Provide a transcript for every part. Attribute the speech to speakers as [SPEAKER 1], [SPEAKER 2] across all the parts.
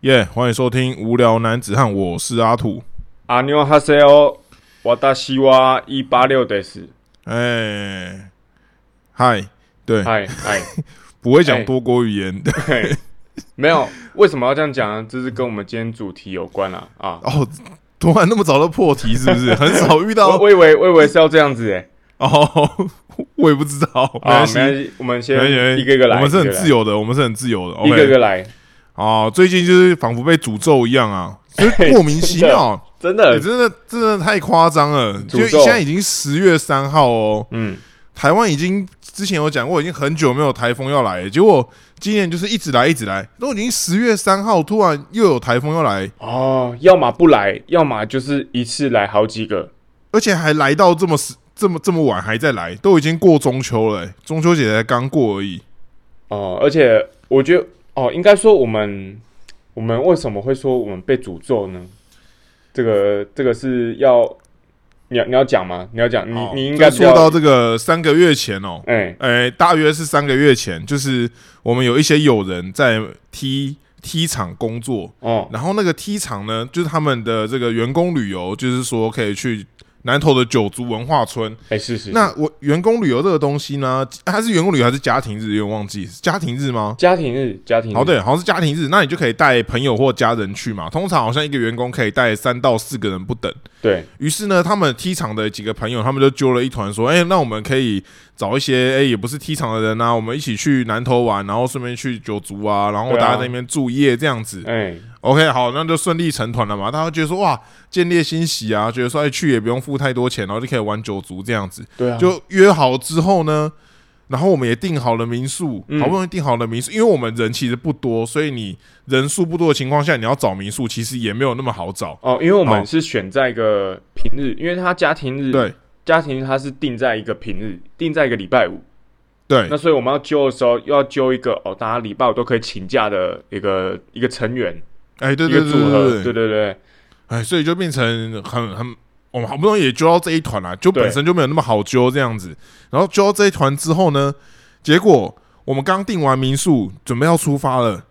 [SPEAKER 1] 耶欢迎收听《无聊男子汉》，我是阿土。
[SPEAKER 2] 阿妞哈塞哦，瓦达西哇一八六得是，
[SPEAKER 1] 哎，嗨，对，
[SPEAKER 2] 嗨哎嗨，
[SPEAKER 1] 不会讲多国语言的。
[SPEAKER 2] 嘿，没有，为什么要这样讲呢？这是跟我们今天主题有关啦啊！
[SPEAKER 1] 哦，突然那么早就破题，是 不是？很少遇到
[SPEAKER 2] 我我以为我以为是要这样子诶，
[SPEAKER 1] 哦， 我也不知道。没关
[SPEAKER 2] 啊，没
[SPEAKER 1] 系，
[SPEAKER 2] 关系，我们
[SPEAKER 1] 没
[SPEAKER 2] 先
[SPEAKER 1] 关系
[SPEAKER 2] 一个一个来，
[SPEAKER 1] 我们是很
[SPEAKER 2] 一个一个来
[SPEAKER 1] 自由哎的，我们是很自由的。
[SPEAKER 2] 一
[SPEAKER 1] OK
[SPEAKER 2] 个一个来，
[SPEAKER 1] 哦，最近就是仿佛被诅咒一样 啊，就是
[SPEAKER 2] 嘿
[SPEAKER 1] 莫名其
[SPEAKER 2] 真的
[SPEAKER 1] 妙，
[SPEAKER 2] 真
[SPEAKER 1] 欸
[SPEAKER 2] 的，
[SPEAKER 1] 真的真的太夸张了。就
[SPEAKER 2] 诅咒
[SPEAKER 1] 现在已经十月三号哦，
[SPEAKER 2] 嗯，
[SPEAKER 1] 台湾已经之前有讲过，已经很久没有台风要来了，结果今年就是一直来一直来，都已经十月三号，突然又有台风要来，
[SPEAKER 2] 哦，要么不来，要么就是一次来好几个，
[SPEAKER 1] 而且还来到这么时这么这么晚还在来，都已经过中秋了欸、中秋节才刚过而已。
[SPEAKER 2] 哦，而且我觉得，哦，应该说我们我们为什么会说我们被诅咒呢？这个这个是要你要你要讲吗？你要讲，你
[SPEAKER 1] 好
[SPEAKER 2] 你应该
[SPEAKER 1] 就
[SPEAKER 2] 比
[SPEAKER 1] 哦说
[SPEAKER 2] 较
[SPEAKER 1] 到这个三个月前哦、
[SPEAKER 2] 哎、
[SPEAKER 1] 诶、大约是三个月前，就是我们有一些友人在踢踢场工作，
[SPEAKER 2] 哦，
[SPEAKER 1] 然后那个 T 场呢，就是他们的这个员工旅游，就是说可以去南投的九族文化村。
[SPEAKER 2] 哎、是是，
[SPEAKER 1] 那我员工旅游这个东西呢，它是员工旅游还是家庭日？有点忘记，是家庭日吗？
[SPEAKER 2] 家庭日，家庭日，
[SPEAKER 1] 好，哦对，好像是家庭日，那你就可以带朋友或家人去嘛。通常好像一个员工可以带三到四个人不等。
[SPEAKER 2] 对，
[SPEAKER 1] 于是呢，他们 T 场的几个朋友，他们就揪了一团，说：“哎、那我们可以找一些哎、也不是 T 场的人啊，我们一起去南投玩，然后顺便去九族啊，然后
[SPEAKER 2] 对啊
[SPEAKER 1] 大家在那边住一夜这样子。
[SPEAKER 2] 哎、
[SPEAKER 1] OK，好，那就顺利成团了嘛。大家觉得说哇，见猎欣喜啊，觉得说哎去也不用付太多钱，然后就可以玩九族这样子。
[SPEAKER 2] 对啊，
[SPEAKER 1] 就约好之后呢，然后我们也订好了民宿，
[SPEAKER 2] 嗯
[SPEAKER 1] 好不容易订好了民宿，因为我们人其实不多，所以你人数不多的情况下，你要找民宿其实也没有那么好找。
[SPEAKER 2] 哦，因为我
[SPEAKER 1] 好
[SPEAKER 2] 们是选在一个平日，因为他家庭日，
[SPEAKER 1] 对，
[SPEAKER 2] 家庭日它是定在一个平日，定在一个礼拜五，
[SPEAKER 1] 对
[SPEAKER 2] 那所以我们要揪的时候，又要揪一个哦，大家礼拜五都可以请假的一个一个成员，
[SPEAKER 1] 哎，对
[SPEAKER 2] 一
[SPEAKER 1] 对
[SPEAKER 2] 个
[SPEAKER 1] 对
[SPEAKER 2] 组
[SPEAKER 1] 对
[SPEAKER 2] 合，
[SPEAKER 1] 对对，
[SPEAKER 2] 对对对，
[SPEAKER 1] 哎，所以就变成很很。我们好不容易也揪到这一团啦、就本
[SPEAKER 2] 对
[SPEAKER 1] 身就没有那么好揪这样子。然后揪到这一团之后呢，结果我们刚订完民宿，准备要出发了，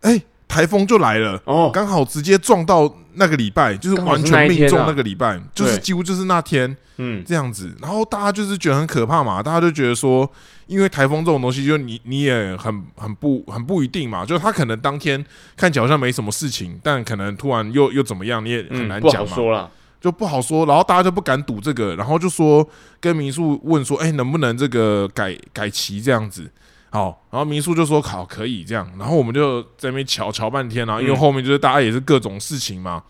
[SPEAKER 1] 哎、台风就来了，
[SPEAKER 2] 哦，
[SPEAKER 1] 刚好直接撞到那个礼拜，就是
[SPEAKER 2] 刚好
[SPEAKER 1] 完
[SPEAKER 2] 是
[SPEAKER 1] 全
[SPEAKER 2] 那一
[SPEAKER 1] 命
[SPEAKER 2] 天
[SPEAKER 1] 中
[SPEAKER 2] 啊
[SPEAKER 1] 那个礼拜，就是
[SPEAKER 2] 对
[SPEAKER 1] 几乎就是那天
[SPEAKER 2] 嗯，
[SPEAKER 1] 这样子。然后大家就是觉得很可怕嘛，大家就觉得说，因为台风这种东西，就你你也很很不很不一定嘛，就是他可能当天看起来好像没什么事情，但可能突然又又怎么样，你也很
[SPEAKER 2] 嗯
[SPEAKER 1] 难
[SPEAKER 2] 不
[SPEAKER 1] 讲
[SPEAKER 2] 好
[SPEAKER 1] 嘛。
[SPEAKER 2] 说啦，
[SPEAKER 1] 就不好说，然后大家就不敢赌这个，然后就说跟民宿问说，哎、能不能这个改改期这样子？好，然后民宿就说好可以这样，然后我们就在那边瞧瞧半天啊，因为
[SPEAKER 2] 嗯
[SPEAKER 1] 后面就是大家也是各种事情嘛，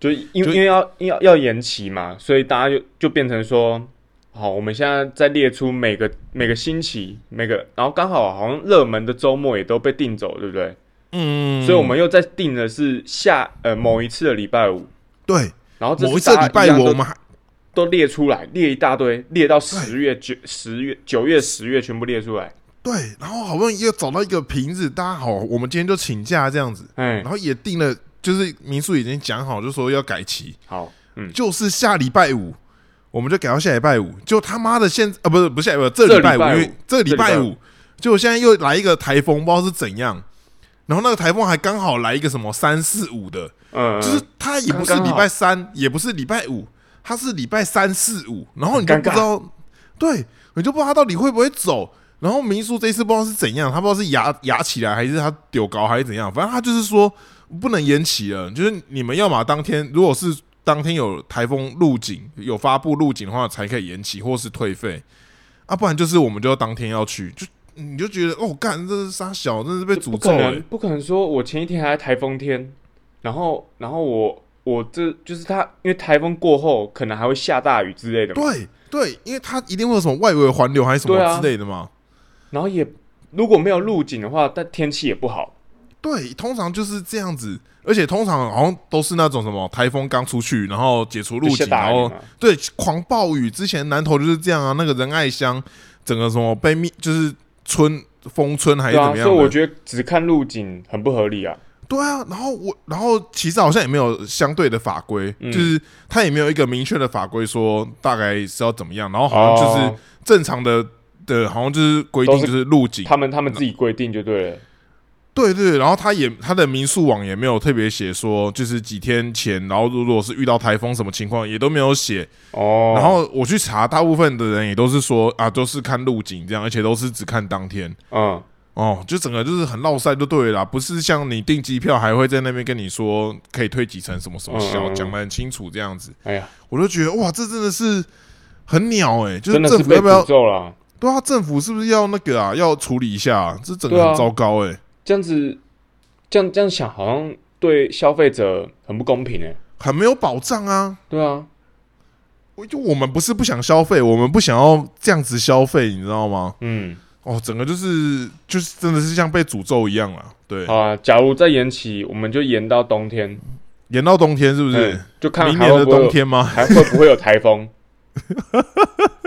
[SPEAKER 2] 就因
[SPEAKER 1] 就
[SPEAKER 2] 为因为要要要延期嘛，所以大家就就变成说，好，我们现在在列出每个每个星期每个，然后刚好好像热门的周末也都被订走，对不对？
[SPEAKER 1] 嗯，
[SPEAKER 2] 所以我们又在定的是下呃某一次的礼拜五，
[SPEAKER 1] 对
[SPEAKER 2] 然后这
[SPEAKER 1] 某一
[SPEAKER 2] 次
[SPEAKER 1] 次礼拜五我
[SPEAKER 2] 我
[SPEAKER 1] 们还
[SPEAKER 2] 都列出来，列一大堆，列到十月九十月九月十月全部列出来，
[SPEAKER 1] 对，然后好不容易又找到一个平日，大家好，我们今天就请假这样子，
[SPEAKER 2] 哎
[SPEAKER 1] 然，后也定了，就是民宿已经讲好，就说要改期，
[SPEAKER 2] 好，嗯，
[SPEAKER 1] 就是下礼拜五，我们就改到下礼拜五。就他妈的现啊，不是不是下礼拜五，这礼拜五，
[SPEAKER 2] 这礼拜
[SPEAKER 1] 因为这礼拜
[SPEAKER 2] 五这礼
[SPEAKER 1] 五，就现在又来一个台风，不知道是怎样。然后那个台风还刚好来一个什么三四五的，
[SPEAKER 2] 嗯，
[SPEAKER 1] 就是它也不是
[SPEAKER 2] 刚刚
[SPEAKER 1] 礼
[SPEAKER 2] 好
[SPEAKER 1] 拜三，也不是礼拜五，它是礼拜三四五，然后你就
[SPEAKER 2] 很尴
[SPEAKER 1] 不
[SPEAKER 2] 尬
[SPEAKER 1] 知道，对，你就不知道它到底会不会走。然后民宿这一次不知道是怎样，他不知道是压压起来还是他丢高还是怎样，反正他就是说不能延期了，就是你们要么当天如果是当天有台风入境有发布入境的话才可以延期或是退费，啊，不然就是我们就要当天要去，就你就觉得哦，干这是傻小，真的是被诅
[SPEAKER 2] 不
[SPEAKER 1] 咒欸
[SPEAKER 2] 可
[SPEAKER 1] 了、
[SPEAKER 2] 能，不可能说我前一天还在台风天，然后然后我我这就是他，因为台风过后可能还会下大雨之类的嘛，
[SPEAKER 1] 对对，因为他一定会有什么外围环流还是什
[SPEAKER 2] 对
[SPEAKER 1] 么
[SPEAKER 2] 啊
[SPEAKER 1] 之类的嘛。
[SPEAKER 2] 然后也如果没有入境的话，但天气也不好，
[SPEAKER 1] 对，通常就是这样子，而且通常好像都是那种什么台风刚出去，然后解除
[SPEAKER 2] 就
[SPEAKER 1] 路
[SPEAKER 2] 下
[SPEAKER 1] 警，
[SPEAKER 2] 大
[SPEAKER 1] 然
[SPEAKER 2] 雨
[SPEAKER 1] 后
[SPEAKER 2] 嘛，
[SPEAKER 1] 对狂暴雨。之前南投就是这样啊，那个仁爱乡整个什么被灭，就是村封村还是
[SPEAKER 2] 对
[SPEAKER 1] 怎
[SPEAKER 2] 啊，
[SPEAKER 1] 么样
[SPEAKER 2] 所以我
[SPEAKER 1] 的，
[SPEAKER 2] 觉得只看入境很不合理啊，
[SPEAKER 1] 对啊，然后我，然后其实好像也没有相对的法规，
[SPEAKER 2] 嗯
[SPEAKER 1] 就是他也没有一个明确的法规说大概是要怎么样，然后好像就是
[SPEAKER 2] 哦
[SPEAKER 1] 正常的的，好像就是规
[SPEAKER 2] 都
[SPEAKER 1] 定
[SPEAKER 2] 是
[SPEAKER 1] 就是路径，
[SPEAKER 2] 他们他们自己规定就对了。
[SPEAKER 1] 对对，然后他也他的民宿网也没有特别写说就是几天前，然后如果是遇到台风什么情况也都没有写，
[SPEAKER 2] 哦，
[SPEAKER 1] 然后我去查，大部分的人也都是说啊，都是看路景这样，而且都是只看当天。
[SPEAKER 2] 嗯，
[SPEAKER 1] 哦，就整个就是很落塞就对了啦，不是像你订机票还会在那边跟你说可以退几成什么什么
[SPEAKER 2] 嗯
[SPEAKER 1] 小
[SPEAKER 2] 嗯嗯
[SPEAKER 1] 讲的很清楚这样子，
[SPEAKER 2] 哎呀，
[SPEAKER 1] 我就觉得哇，这真的是很鸟哎、就是
[SPEAKER 2] 真的
[SPEAKER 1] 政
[SPEAKER 2] 是
[SPEAKER 1] 府
[SPEAKER 2] 被
[SPEAKER 1] 要不要
[SPEAKER 2] 诅咒了。
[SPEAKER 1] 对啊，政府是不是要那个啊，要处理一下、啊，这整
[SPEAKER 2] 对
[SPEAKER 1] 个
[SPEAKER 2] 啊
[SPEAKER 1] 很糟糕哎、
[SPEAKER 2] 这样子，这样这样想，好像对消费者很不公平哎、
[SPEAKER 1] 很没有保障啊。
[SPEAKER 2] 对啊，
[SPEAKER 1] 我就我们不是不想消费，我们不想要这样子消费，你知道吗？
[SPEAKER 2] 嗯，
[SPEAKER 1] 哦，整个就是就是真的是像被诅咒一样啊。对，
[SPEAKER 2] 好啊。假如再延期，我们就延到冬天，
[SPEAKER 1] 延到冬天是不是
[SPEAKER 2] 嗯？就看
[SPEAKER 1] 明
[SPEAKER 2] 还
[SPEAKER 1] 年
[SPEAKER 2] 会
[SPEAKER 1] 的
[SPEAKER 2] 不会
[SPEAKER 1] 冬
[SPEAKER 2] 有
[SPEAKER 1] 天 吗？
[SPEAKER 2] 还会不会有台风？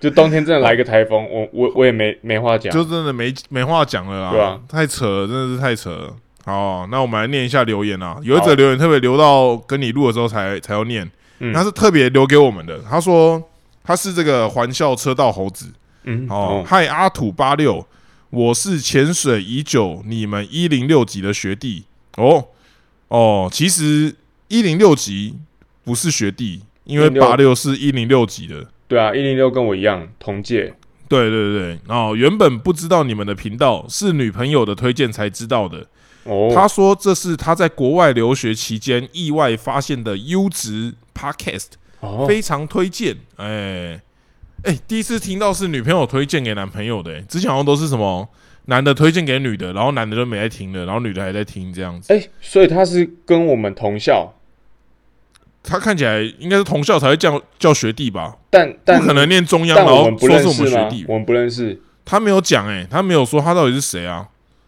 [SPEAKER 2] 就冬天真的来个台风，我我我也没没话讲。
[SPEAKER 1] 就真的没没话讲了啦，
[SPEAKER 2] 对啊
[SPEAKER 1] 太扯了，真的是太扯了。好，那我们来念一下留言啊。有一
[SPEAKER 2] 好
[SPEAKER 1] 则留言特别留到跟你录的时候才才要念，
[SPEAKER 2] 嗯
[SPEAKER 1] 他是特别留给我们的。他说他是这个环校车道猴子
[SPEAKER 2] 嗯，
[SPEAKER 1] 哦，，嗨阿土八六，我是潜水已久你们一零六级的学弟哦哦，其实一零六级不是学弟，因为
[SPEAKER 2] 106
[SPEAKER 1] 八六是一零六级的。
[SPEAKER 2] 对啊，一零六跟我一样同届，
[SPEAKER 1] 对对对，哦，原本不知道你们的频道是女朋友的推荐才知道的。
[SPEAKER 2] 哦，
[SPEAKER 1] 她说这是她在国外留学期间意外发现的优质 podcast，、
[SPEAKER 2] 哦
[SPEAKER 1] 非常推荐。哎哎，第一次听到是女朋友推荐给男朋友的、哎之前好像都是什么男的推荐给女的，然后男的就没在听了，然后女的还在听这样子。
[SPEAKER 2] 哎、所以他是跟我们同校，
[SPEAKER 1] 她看起来应该是同校才会叫叫学弟吧？
[SPEAKER 2] 但
[SPEAKER 1] 不
[SPEAKER 2] 但
[SPEAKER 1] 可能念中央，
[SPEAKER 2] 但
[SPEAKER 1] 然后
[SPEAKER 2] 我们不
[SPEAKER 1] 说
[SPEAKER 2] 认
[SPEAKER 1] 是我们
[SPEAKER 2] 识
[SPEAKER 1] 学
[SPEAKER 2] 吗
[SPEAKER 1] 弟？。
[SPEAKER 2] 我们不认识
[SPEAKER 1] 她没有讲，哎，她没有说她到底是谁啊？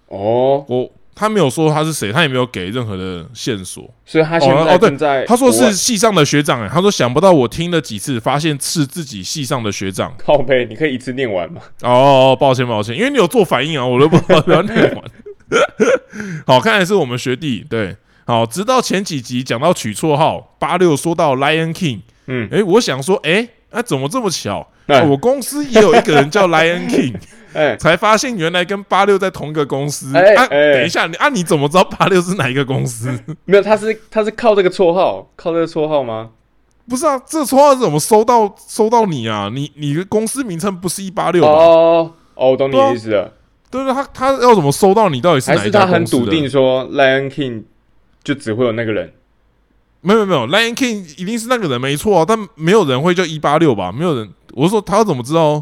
[SPEAKER 2] 哦，
[SPEAKER 1] 我他没有说他是谁，他也没有给任何的线索。
[SPEAKER 2] 所以他现
[SPEAKER 1] 哦
[SPEAKER 2] 在
[SPEAKER 1] 哦对
[SPEAKER 2] 正在、
[SPEAKER 1] 他说是系上的学长、欸，他说想不到我听了几次，发现是自己系上的学长。
[SPEAKER 2] 靠背，你可以一次念完吗？
[SPEAKER 1] 哦哦，抱歉抱歉，因为你有做反应啊，我都不知道不要念完。好，看来是我们学弟对。好，直到前几集讲到取绰号，八六说到 Lion King，
[SPEAKER 2] 嗯，哎
[SPEAKER 1] 诶、我想说，诶、那、怎么这么巧、
[SPEAKER 2] 那
[SPEAKER 1] 啊我公司也有一个人叫 Lion King，
[SPEAKER 2] 哎
[SPEAKER 1] 才发现原来跟八六在同一个公司。
[SPEAKER 2] 哎
[SPEAKER 1] 啊，
[SPEAKER 2] 哎
[SPEAKER 1] 等一下，你啊，你怎么知道八六是哪一个公司？
[SPEAKER 2] 没有，他是他是靠这个绰号，靠这个绰号吗？
[SPEAKER 1] 不是啊，这绰号是怎么收到收到你啊？你你的公司名称不是一八六吧？啊
[SPEAKER 2] 哦哦，我懂你的意思了。
[SPEAKER 1] 对对，他他要怎么收到你？到底是
[SPEAKER 2] 还
[SPEAKER 1] 哪
[SPEAKER 2] 是
[SPEAKER 1] 一家
[SPEAKER 2] 他
[SPEAKER 1] 公司
[SPEAKER 2] 很
[SPEAKER 1] 的
[SPEAKER 2] 笃定？说 Lion King 就只会有那个人？
[SPEAKER 1] 没有没有没有，Lion King 一定是那个人没错啊，但没有人会叫一八六吧？没有人，我是说他要怎么知道？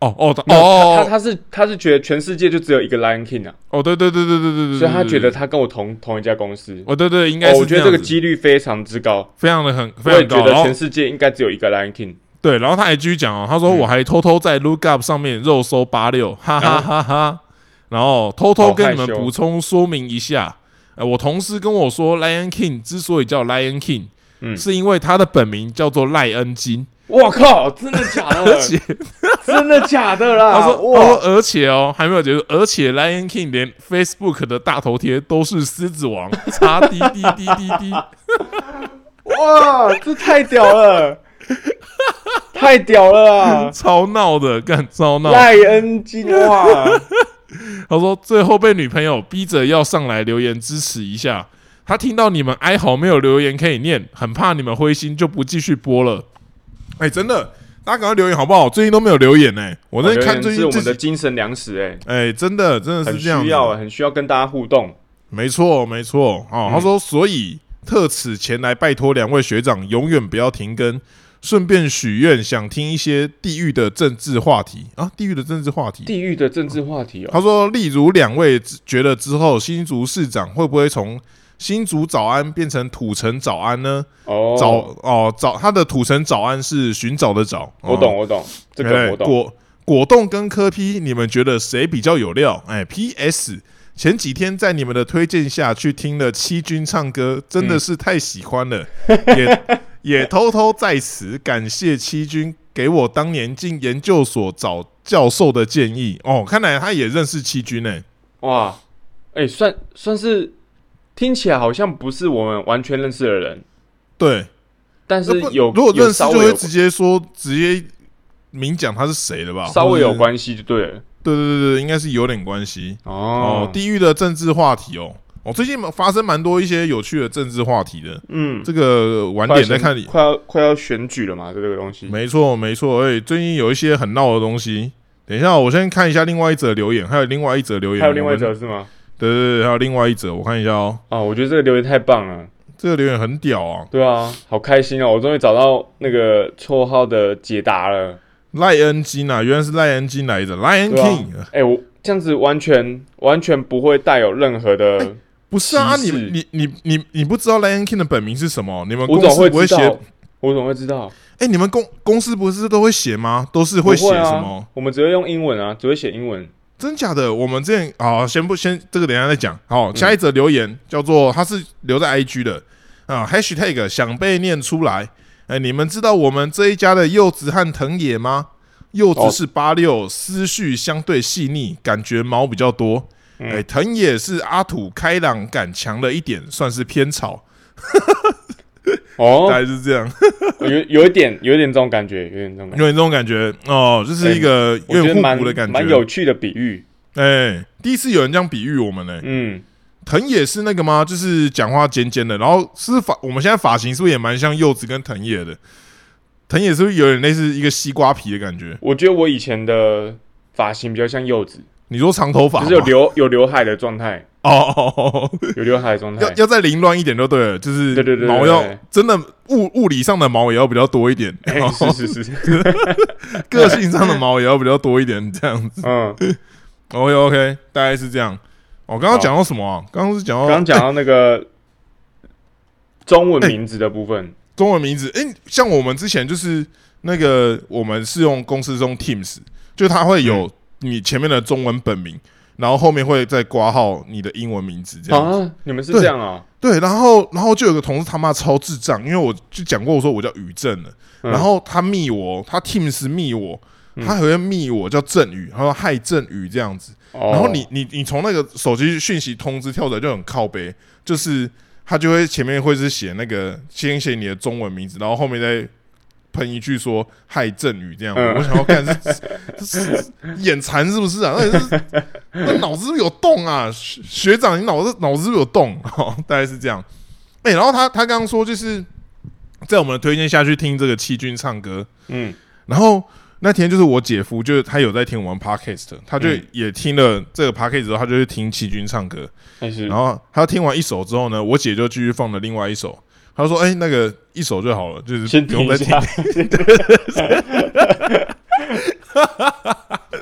[SPEAKER 1] 哦哦他
[SPEAKER 2] 没有他他
[SPEAKER 1] 哦
[SPEAKER 2] 他是他是觉得全世界就只有一个 Lion King 啊，
[SPEAKER 1] 哦，对对对对对对对，
[SPEAKER 2] 所以他
[SPEAKER 1] 对
[SPEAKER 2] 觉
[SPEAKER 1] 对
[SPEAKER 2] 得他跟我同同一家公司。
[SPEAKER 1] 哦对对，应该
[SPEAKER 2] 哦，
[SPEAKER 1] 是
[SPEAKER 2] 我觉得
[SPEAKER 1] 这
[SPEAKER 2] 这
[SPEAKER 1] 样
[SPEAKER 2] 个
[SPEAKER 1] 子
[SPEAKER 2] 几率非常之高，
[SPEAKER 1] 非常的很
[SPEAKER 2] 我
[SPEAKER 1] 非
[SPEAKER 2] 也
[SPEAKER 1] 常
[SPEAKER 2] 觉
[SPEAKER 1] 高，
[SPEAKER 2] 得
[SPEAKER 1] 然后
[SPEAKER 2] 全世界应该只有一个 Lion King。
[SPEAKER 1] 对，然后他还继续讲哦，他说
[SPEAKER 2] 嗯
[SPEAKER 1] 我还偷偷在 Lookup 上面肉搜八六，哈哈哈哈。然后偷偷跟你们
[SPEAKER 2] 好害羞
[SPEAKER 1] 补充说明一
[SPEAKER 2] 哦
[SPEAKER 1] 下，呃，我同事跟我说，Lion King 之所以叫 Lion King，、
[SPEAKER 2] 嗯
[SPEAKER 1] 是因为他的本名叫做赖恩金，
[SPEAKER 2] 我靠，真的假 的？
[SPEAKER 1] 而且、
[SPEAKER 2] 真的假的啦？
[SPEAKER 1] 他说，他说
[SPEAKER 2] 啊哇，
[SPEAKER 1] 而且哦，还没有结束，而且 Lion King 连 Facebook 的大头贴都是狮子王， 叉滴滴滴滴滴，
[SPEAKER 2] 哇，这太屌 了，太屌了啊啦！
[SPEAKER 1] 超闹的，干超闹。
[SPEAKER 2] 赖恩金哇，
[SPEAKER 1] 他说最后被女朋友逼着要上来留言支持一下。他听到你们哀嚎没有留言可以念，很怕你们灰心，就不继续播了。哎、真的，大家赶快留言好不好？最近都没有留言呢、我在看最
[SPEAKER 2] 哦
[SPEAKER 1] 近
[SPEAKER 2] 这是我
[SPEAKER 1] 自
[SPEAKER 2] 们的
[SPEAKER 1] 己，
[SPEAKER 2] 精神粮食哎，
[SPEAKER 1] 哎、真的真的
[SPEAKER 2] 很
[SPEAKER 1] 是
[SPEAKER 2] 需
[SPEAKER 1] 这样子，
[SPEAKER 2] 要，啊很需要跟大家互动。
[SPEAKER 1] 没错没错。哦，
[SPEAKER 2] 嗯
[SPEAKER 1] 他说所以特此前来拜托两位学长，永远不要停更。顺便许愿，想听一些地域的政治话题啊，地域的政治话题，
[SPEAKER 2] 地域的政治话题哦，
[SPEAKER 1] 他说，例如两位之觉得之后新竹市长会不会从新竹早安变成土城早安呢？
[SPEAKER 2] 哦，
[SPEAKER 1] 早哦早，他的土城早安是寻找的哦找，
[SPEAKER 2] 我懂，我懂，这
[SPEAKER 1] 对，
[SPEAKER 2] 个我懂。
[SPEAKER 1] 哎果果冻跟柯批，你们觉得谁比较有料？哎，P.S. 前几天在你们的推荐下去听了七军唱歌，真的是太喜欢了，也嗯 也偷偷在此感谢七军给我当年进研究所找教授的建议。哦，看来他也认识七军呢、
[SPEAKER 2] 哇，哎、算算是听起来好像不是我们完全认识的人，
[SPEAKER 1] 对，
[SPEAKER 2] 但是
[SPEAKER 1] 那呃不
[SPEAKER 2] 有
[SPEAKER 1] 如果
[SPEAKER 2] 有
[SPEAKER 1] 认识
[SPEAKER 2] 稍
[SPEAKER 1] 就
[SPEAKER 2] 微
[SPEAKER 1] 会
[SPEAKER 2] 有
[SPEAKER 1] 直接说直接明讲他是谁了吧？
[SPEAKER 2] 稍微有
[SPEAKER 1] 或者是，
[SPEAKER 2] 关系就对了。
[SPEAKER 1] 对对对对，应该是有点关系哦
[SPEAKER 2] 哦。，
[SPEAKER 1] 地域的政治话题哦，哦，最近发生蛮多一些有趣的政治话题的，
[SPEAKER 2] 嗯，
[SPEAKER 1] 这个晚点再看你。
[SPEAKER 2] 快要快要选举了嘛，这个东西。
[SPEAKER 1] 没错，没错，哎，最近有一些很闹的东西。等一下，我先看一下另外一则留言，还有另外一则留言，
[SPEAKER 2] 还有另外一
[SPEAKER 1] 我
[SPEAKER 2] 则
[SPEAKER 1] 们，
[SPEAKER 2] 是吗？
[SPEAKER 1] 对对对，还有另外一则，我看一下哦。
[SPEAKER 2] 啊，我觉得这个留言太棒了，
[SPEAKER 1] 这个留言很屌啊！
[SPEAKER 2] 对啊，好开心哦！我终于找到那个绰号的解答了。
[SPEAKER 1] 赖恩金啊，原来是赖恩金来着，Lion
[SPEAKER 2] 对啊
[SPEAKER 1] King，、
[SPEAKER 2] 哎、我这样子完全完全不会带有任何的，
[SPEAKER 1] 不是啊，你
[SPEAKER 2] 歧视
[SPEAKER 1] 你你你你不知道 Lion King 的本名是什么？你们
[SPEAKER 2] 我
[SPEAKER 1] 公
[SPEAKER 2] 总
[SPEAKER 1] 司不
[SPEAKER 2] 会知
[SPEAKER 1] 写？
[SPEAKER 2] 道，我总会知道，
[SPEAKER 1] 哎、你们公公司不是都会写吗？都是
[SPEAKER 2] 不会
[SPEAKER 1] 写什么？
[SPEAKER 2] 啊？我们只会用英文啊，只会写英文。
[SPEAKER 1] 真假的？我们之前好，先不先这个等一下再讲。
[SPEAKER 2] 嗯
[SPEAKER 1] 好，下一则留言、叫做他是留在 IG 的啊，#hashtag 想被念出来。哎、你们知道我们这一家的柚子和藤野吗？柚子
[SPEAKER 2] 哦
[SPEAKER 1] 是八六，思绪相对细腻，感觉毛比较多。哎、
[SPEAKER 2] 嗯
[SPEAKER 1] 藤野是阿土，开朗感强了一点，算是偏吵，大
[SPEAKER 2] 哦，
[SPEAKER 1] 概是这样，
[SPEAKER 2] 有有一点，有一点这种感觉，有点这种感觉，
[SPEAKER 1] 有点这种感觉哦，就是一个
[SPEAKER 2] 哎我
[SPEAKER 1] 有
[SPEAKER 2] 觉
[SPEAKER 1] 点
[SPEAKER 2] 得
[SPEAKER 1] 互
[SPEAKER 2] 蛮
[SPEAKER 1] 补的感
[SPEAKER 2] 蛮
[SPEAKER 1] 觉
[SPEAKER 2] 有。趣的比喻。
[SPEAKER 1] 哎、第一次有人这样比喻我们呢、
[SPEAKER 2] 嗯，
[SPEAKER 1] 藤野是那个吗？就是讲话尖尖的，然后是不是发我们现在发型是不是也蛮像柚子跟藤野的？藤野是不是有点类似一个西瓜皮的感觉？
[SPEAKER 2] 我觉得我以前的发型比较像柚子，
[SPEAKER 1] 你说长头发
[SPEAKER 2] 就
[SPEAKER 1] 吗
[SPEAKER 2] 是有刘有刘海的状态，
[SPEAKER 1] 哦哦哦，哦
[SPEAKER 2] 有刘海的状态
[SPEAKER 1] 要。要再凌乱一点就对了，就是
[SPEAKER 2] 对对对对
[SPEAKER 1] 毛
[SPEAKER 2] 对
[SPEAKER 1] 要
[SPEAKER 2] 对
[SPEAKER 1] 真的物物理上的毛也要比较多一 点，
[SPEAKER 2] 哎
[SPEAKER 1] 然后
[SPEAKER 2] 是是是，
[SPEAKER 1] 个性上的毛也要比较多一点，这样子。
[SPEAKER 2] 嗯，
[SPEAKER 1] OK OK，大概是这样。我刚刚讲到什么啊？刚刚是讲
[SPEAKER 2] 刚
[SPEAKER 1] 到
[SPEAKER 2] 刚讲到那个中
[SPEAKER 1] 哎
[SPEAKER 2] 文名字的部分，
[SPEAKER 1] 中文名字，诶，像我们之前就是那个，我们是用公司是用 Teams，就它会
[SPEAKER 2] 嗯
[SPEAKER 1] 有你前面的中文本名，然后后面会再挂号你的英文名字这样子。
[SPEAKER 2] 啊，你们是
[SPEAKER 1] 对
[SPEAKER 2] 这样啊？
[SPEAKER 1] 对，然后然后就有个同事他妈超智障，因为我就讲过我说我叫宇正了，
[SPEAKER 2] 嗯
[SPEAKER 1] 然后他密我，他 Teams 密我。
[SPEAKER 2] 嗯
[SPEAKER 1] 他还会密我叫郑宇，他说嗨郑宇这样子，
[SPEAKER 2] 哦
[SPEAKER 1] 然后你你你从那个手机讯息通知跳出来就很靠背，就是他就会前面会是写那个先写你的中文名字，然后后面再喷一句说嗨郑宇这样。
[SPEAKER 2] 嗯
[SPEAKER 1] 我想要看是是眼馋是不是啊？那你是那脑子是不是有洞啊？学学长，你脑子脑子是不是有洞？ 哦，大概是这样。哎、然后他他刚刚说就是在我们的推荐下去听这个七军唱歌，
[SPEAKER 2] 嗯
[SPEAKER 1] 然后那天就是我姐夫，就是他有在听我们 podcast，他就
[SPEAKER 2] 嗯
[SPEAKER 1] 也听了这个 podcast 之后，他就去听七军唱歌。
[SPEAKER 2] 但是
[SPEAKER 1] 然后他听完一首之后呢，我姐就继续放了另外一首。她说：“哎、那个一首就好了，就是
[SPEAKER 2] 先
[SPEAKER 1] 不
[SPEAKER 2] 停
[SPEAKER 1] 用再
[SPEAKER 2] 一
[SPEAKER 1] 听。
[SPEAKER 2] 下，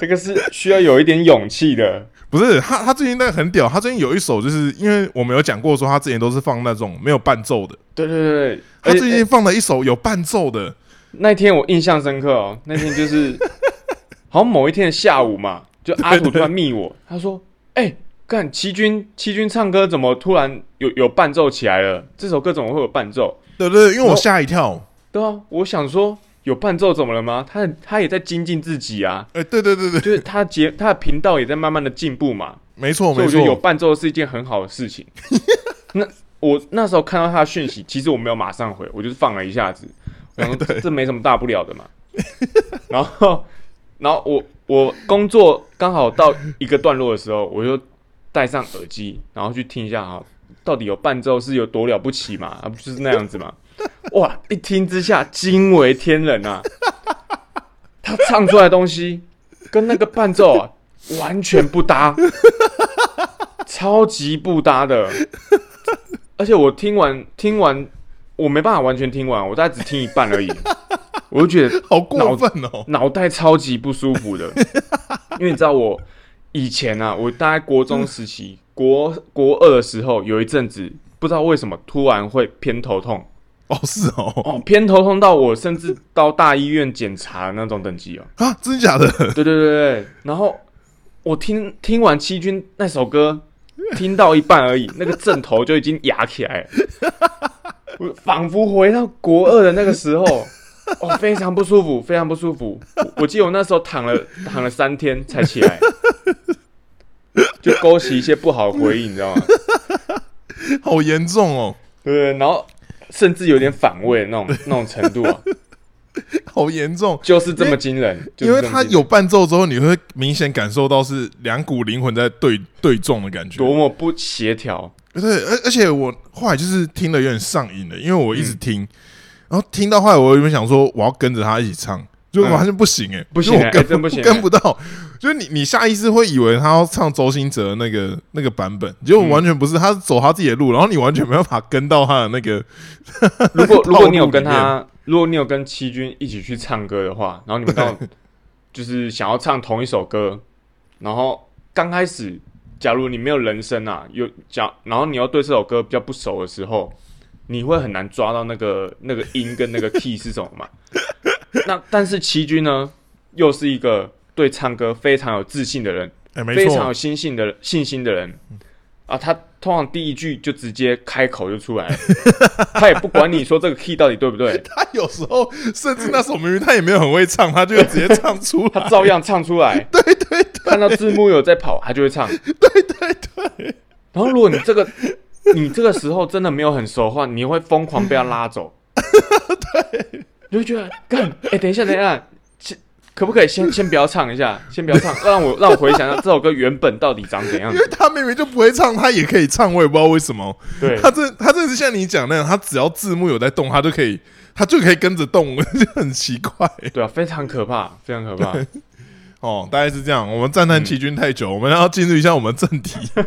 [SPEAKER 2] 这个是需要有一点勇气的。
[SPEAKER 1] 不是他，他最近那个很屌，他最近有一首，就是因为我们有讲过说，他之前都是放那种没有伴奏的，
[SPEAKER 2] 对对对对，
[SPEAKER 1] 他
[SPEAKER 2] 而且
[SPEAKER 1] 最近放了一首有伴奏的。
[SPEAKER 2] 那天我印象深刻哦，那天就是 好像某一天的下午嘛，就阿土突然密我，他说：“哎、看七军七军唱歌怎么突然有有伴奏起来了？这首歌怎么会有伴奏？”
[SPEAKER 1] 对对对，因为我
[SPEAKER 2] 哦
[SPEAKER 1] 吓一跳。
[SPEAKER 2] 对啊，我想说有伴奏怎么了吗？他他也在精进自己啊，
[SPEAKER 1] 哎、对对对对，
[SPEAKER 2] 就是他节他的频道也在慢慢的进步嘛，
[SPEAKER 1] 没错
[SPEAKER 2] 所以
[SPEAKER 1] 没
[SPEAKER 2] 我觉得有
[SPEAKER 1] 错。
[SPEAKER 2] 伴奏是一件很好的事情。 那我那时候看到他的讯息，其实我没有马上回，我就是放了一下子，然后 这没什么大不了的嘛。 然后，然后我我工作刚好到一个段落的时候，我就戴上耳机，然后去听一下啊，到底有伴奏是有多了不起嘛？啊，不就是那样子嘛？哇，一听之下惊为天人啊！他唱出来的东西跟那个伴奏啊完全不搭，超级不搭的。而且我听完听完，我没办法完全听完，我大概只听一半而已，我就觉得
[SPEAKER 1] 好过分哦、
[SPEAKER 2] 脑袋超级不舒服的。因为你知道我以前啊，我大概国中时期，国国二的时候，有一阵子不知道为什么突然会偏头痛，
[SPEAKER 1] 哦，是哦，
[SPEAKER 2] 哦，偏头痛到我甚至到大医院检查那种等级哦。
[SPEAKER 1] 啊，真假的？
[SPEAKER 2] 对对对对，然后我听听完七军那首歌，听到一半而已， 那个阵头就已经压起来了，我仿佛回到国二的那个时候，哦，非常不舒服，非常不舒服。我我记得我那时候躺了躺了三天才起来，就勾起一些不好的回忆，你知道吗？
[SPEAKER 1] 好严重哦，
[SPEAKER 2] 对不对？然后甚至有点反胃的那种那种程度啊，
[SPEAKER 1] 好严重。
[SPEAKER 2] 就是这么惊人，就
[SPEAKER 1] 因
[SPEAKER 2] 是
[SPEAKER 1] 为
[SPEAKER 2] 这么
[SPEAKER 1] 它
[SPEAKER 2] 惊人
[SPEAKER 1] 有伴奏之后，你会明显感受到是两股灵魂在对对撞的感觉。
[SPEAKER 2] 多么不协调，
[SPEAKER 1] 对，而而且我后来就是听了有点上瘾了，因为我一直听，
[SPEAKER 2] 嗯
[SPEAKER 1] 然后听到后来我原本想说我要跟着他一起唱，就
[SPEAKER 2] 嗯
[SPEAKER 1] 发现不行哎、
[SPEAKER 2] 不行
[SPEAKER 1] 就
[SPEAKER 2] 欸
[SPEAKER 1] 我跟
[SPEAKER 2] 哎真不行欸
[SPEAKER 1] 跟不到，就是你你下意识会以为他要唱周兴哲那个那个版本，结果
[SPEAKER 2] 嗯
[SPEAKER 1] 完全不是，他是走他自己的路，然后你完全没办法跟到他的那个，
[SPEAKER 2] 如果如果你有 跟
[SPEAKER 1] 套路
[SPEAKER 2] 他，如果你有跟七军一起去唱歌的话，然后你 们到就是想要唱同一首歌，然后刚开始，假如你没有人声啊，有假，然后你要对这首歌比较不熟的时候，你会很难抓到那个那个音跟那个 key 是什么 嘛？那但是七军呢，又是一个对唱歌非常有自信的人，
[SPEAKER 1] 哎、没
[SPEAKER 2] 非常有
[SPEAKER 1] 错，
[SPEAKER 2] 信心的信心的人啊，他通常第一句就直接开口就出来了，他也不管你说这个 key 到底对不对，
[SPEAKER 1] 他有时候甚至那首明明他也没有很会唱，他就会直接唱出
[SPEAKER 2] 他
[SPEAKER 1] 来，
[SPEAKER 2] 照样唱出来。 对对对，看到字幕有在跑，他就会唱。对对对。然后如果你这个你这个时候真的没有很熟的话，你会疯狂被他拉走。 对，你会觉得干哎、等一下等一下。先可不可以先先不要唱一下，先不要唱，让我让我回想一下这首歌原本到底长怎样
[SPEAKER 1] 因。为他明明就不会唱，他也可以唱，我也不知道为什么。
[SPEAKER 2] 对，
[SPEAKER 1] 他这他这是像你讲那样，他只要字幕有在动，他就可以他就可以跟着动， 就很奇怪
[SPEAKER 2] 对啊，非常可怕，非常可怕。
[SPEAKER 1] 哦。大概是这样。我们赞叹齐军太久，我们要进入一下我们正题。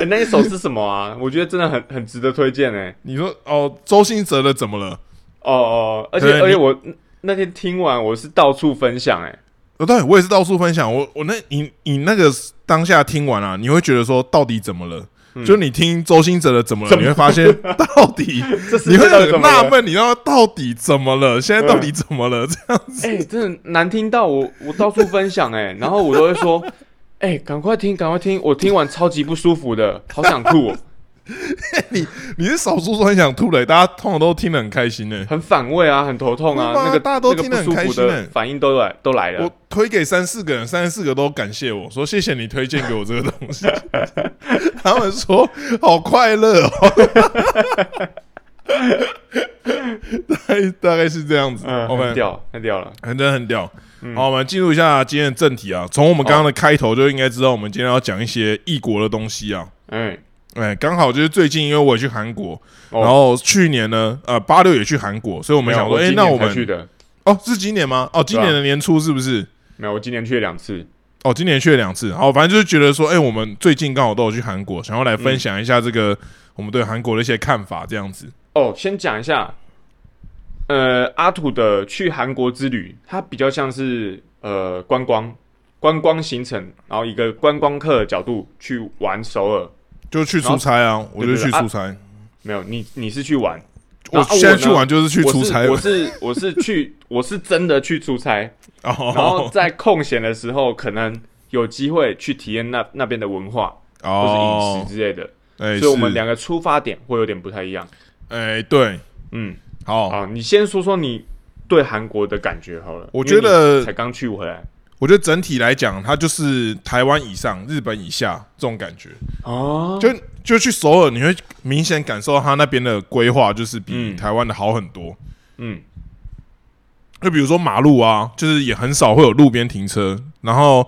[SPEAKER 2] 欸那一首是什么啊？ 我觉得真的很很值得推荐哎、
[SPEAKER 1] 你说哦，周兴哲的怎么了？
[SPEAKER 2] 哦哦，而
[SPEAKER 1] 对
[SPEAKER 2] 且
[SPEAKER 1] 你
[SPEAKER 2] 而且我那那天听完，我是到处分享哎、
[SPEAKER 1] 哦，对我也是到处分享。我我那你你那个当下听完啊，你会觉得说到底怎么了？就你听周兴哲的怎么了，
[SPEAKER 2] 嗯怎么
[SPEAKER 1] 你会发 现到底
[SPEAKER 2] 这世
[SPEAKER 1] 你
[SPEAKER 2] 界
[SPEAKER 1] 会
[SPEAKER 2] 到底怎
[SPEAKER 1] 很
[SPEAKER 2] 么
[SPEAKER 1] 纳
[SPEAKER 2] 了？
[SPEAKER 1] 闷，你知道到底怎么了？现在到底怎么了？这样
[SPEAKER 2] 哎、真的难听到我我到处分享哎、然后我都会说，哎、赶快听，赶快听，我听完超级不舒服的，好想吐、哦，
[SPEAKER 1] 你是少数说很想吐的，大家通常都听得很开心呢。
[SPEAKER 2] 很反胃啊，很头痛啊，
[SPEAKER 1] 会吗
[SPEAKER 2] 那个
[SPEAKER 1] 大家都
[SPEAKER 2] 那个
[SPEAKER 1] 听得很
[SPEAKER 2] 不舒
[SPEAKER 1] 开
[SPEAKER 2] 服
[SPEAKER 1] 心
[SPEAKER 2] 的
[SPEAKER 1] 欸
[SPEAKER 2] 反应都来都来了
[SPEAKER 1] 我。推给三四个人，三四个都感谢我说谢谢你推荐给我这个东 西。他们说好快乐哦， 大概大概是这样子。
[SPEAKER 2] 嗯，
[SPEAKER 1] OK，
[SPEAKER 2] 很屌，嗯太屌了。
[SPEAKER 1] 很真的很屌。好，我们进入一下今天的正题啊。从我们刚刚的开头就应该知道，我们今天要讲一些异国的东西啊。
[SPEAKER 2] 哎、
[SPEAKER 1] 哎，刚好就是最近，因为我也去韩国，
[SPEAKER 2] 哦
[SPEAKER 1] 然后去年呢，呃，八六也去韩国，所以我
[SPEAKER 2] 没
[SPEAKER 1] 们
[SPEAKER 2] 有
[SPEAKER 1] 想说，
[SPEAKER 2] 我
[SPEAKER 1] 哎，
[SPEAKER 2] 今
[SPEAKER 1] 那
[SPEAKER 2] 年
[SPEAKER 1] 我
[SPEAKER 2] 才去
[SPEAKER 1] 们
[SPEAKER 2] 的，
[SPEAKER 1] 哦，是今年吗？哦，今
[SPEAKER 2] 对啊
[SPEAKER 1] 年的年初是不是？
[SPEAKER 2] 没有，我今年去了两次。
[SPEAKER 1] 哦，今年去了两次，好，反正就是觉得说，哎、我们最近刚好都有去韩国，想要来分享一下这个、我们对韩国的一些看法，这样子。
[SPEAKER 2] 哦，先讲一下，呃，阿土的去韩国之旅，它比较像是呃观光观光行程，然后一个观光客的角度去玩首尔。
[SPEAKER 1] 就去出差啊，我就去出差。
[SPEAKER 2] 没有，你你是去玩，那
[SPEAKER 1] 我
[SPEAKER 2] 啊我
[SPEAKER 1] 现在去
[SPEAKER 2] 呢
[SPEAKER 1] 玩就是去出差 哦
[SPEAKER 2] 我是我是我是去， 我是真的去出差，然后
[SPEAKER 1] 哦
[SPEAKER 2] 在空闲的时候，可能有机会去体验那那边的文化或是饮
[SPEAKER 1] 哦
[SPEAKER 2] 食，之类的，
[SPEAKER 1] 哎，
[SPEAKER 2] 所以我
[SPEAKER 1] 是
[SPEAKER 2] 们两个出发点会有点不太一样。
[SPEAKER 1] 哎对，
[SPEAKER 2] 嗯，
[SPEAKER 1] 好，
[SPEAKER 2] 好，你先说说你对韩国的感觉好了。
[SPEAKER 1] 哦我
[SPEAKER 2] 因为
[SPEAKER 1] 觉得
[SPEAKER 2] 你才刚去回来
[SPEAKER 1] 我觉得整体来讲，它就是台湾以上、日本以下这种感觉。
[SPEAKER 2] 哦，
[SPEAKER 1] 就就去首尔，你会明显感受到它那边的规划就是比
[SPEAKER 2] 嗯
[SPEAKER 1] 台湾的好很多。
[SPEAKER 2] 嗯，
[SPEAKER 1] 就比如说马路啊，就是也很少会有路边停车，然后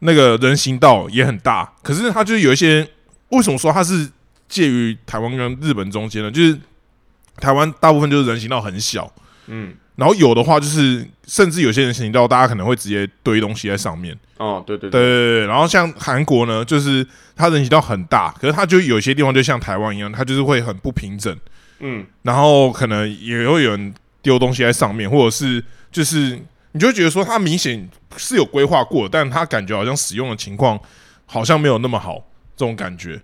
[SPEAKER 1] 那个人行道也很大，可是它就是有一些为什么说它是介于台湾跟日本中间呢？就是台湾大部分就是人行道很小，
[SPEAKER 2] 嗯，
[SPEAKER 1] 然后有的话就是甚至有些人行道大家可能会直接堆东西在上面。
[SPEAKER 2] 哦，对对
[SPEAKER 1] 对对，对对，然后像韩国呢，就是它人行道很大，可是它就有些地方就像台湾一样，它就是会很不平整。
[SPEAKER 2] 嗯，
[SPEAKER 1] 然后可能也会有人丢东西在上面，或者是就是你就会觉得说他明显是有规划过，但他感觉好像使用的情况好像没有那么好，这种感觉。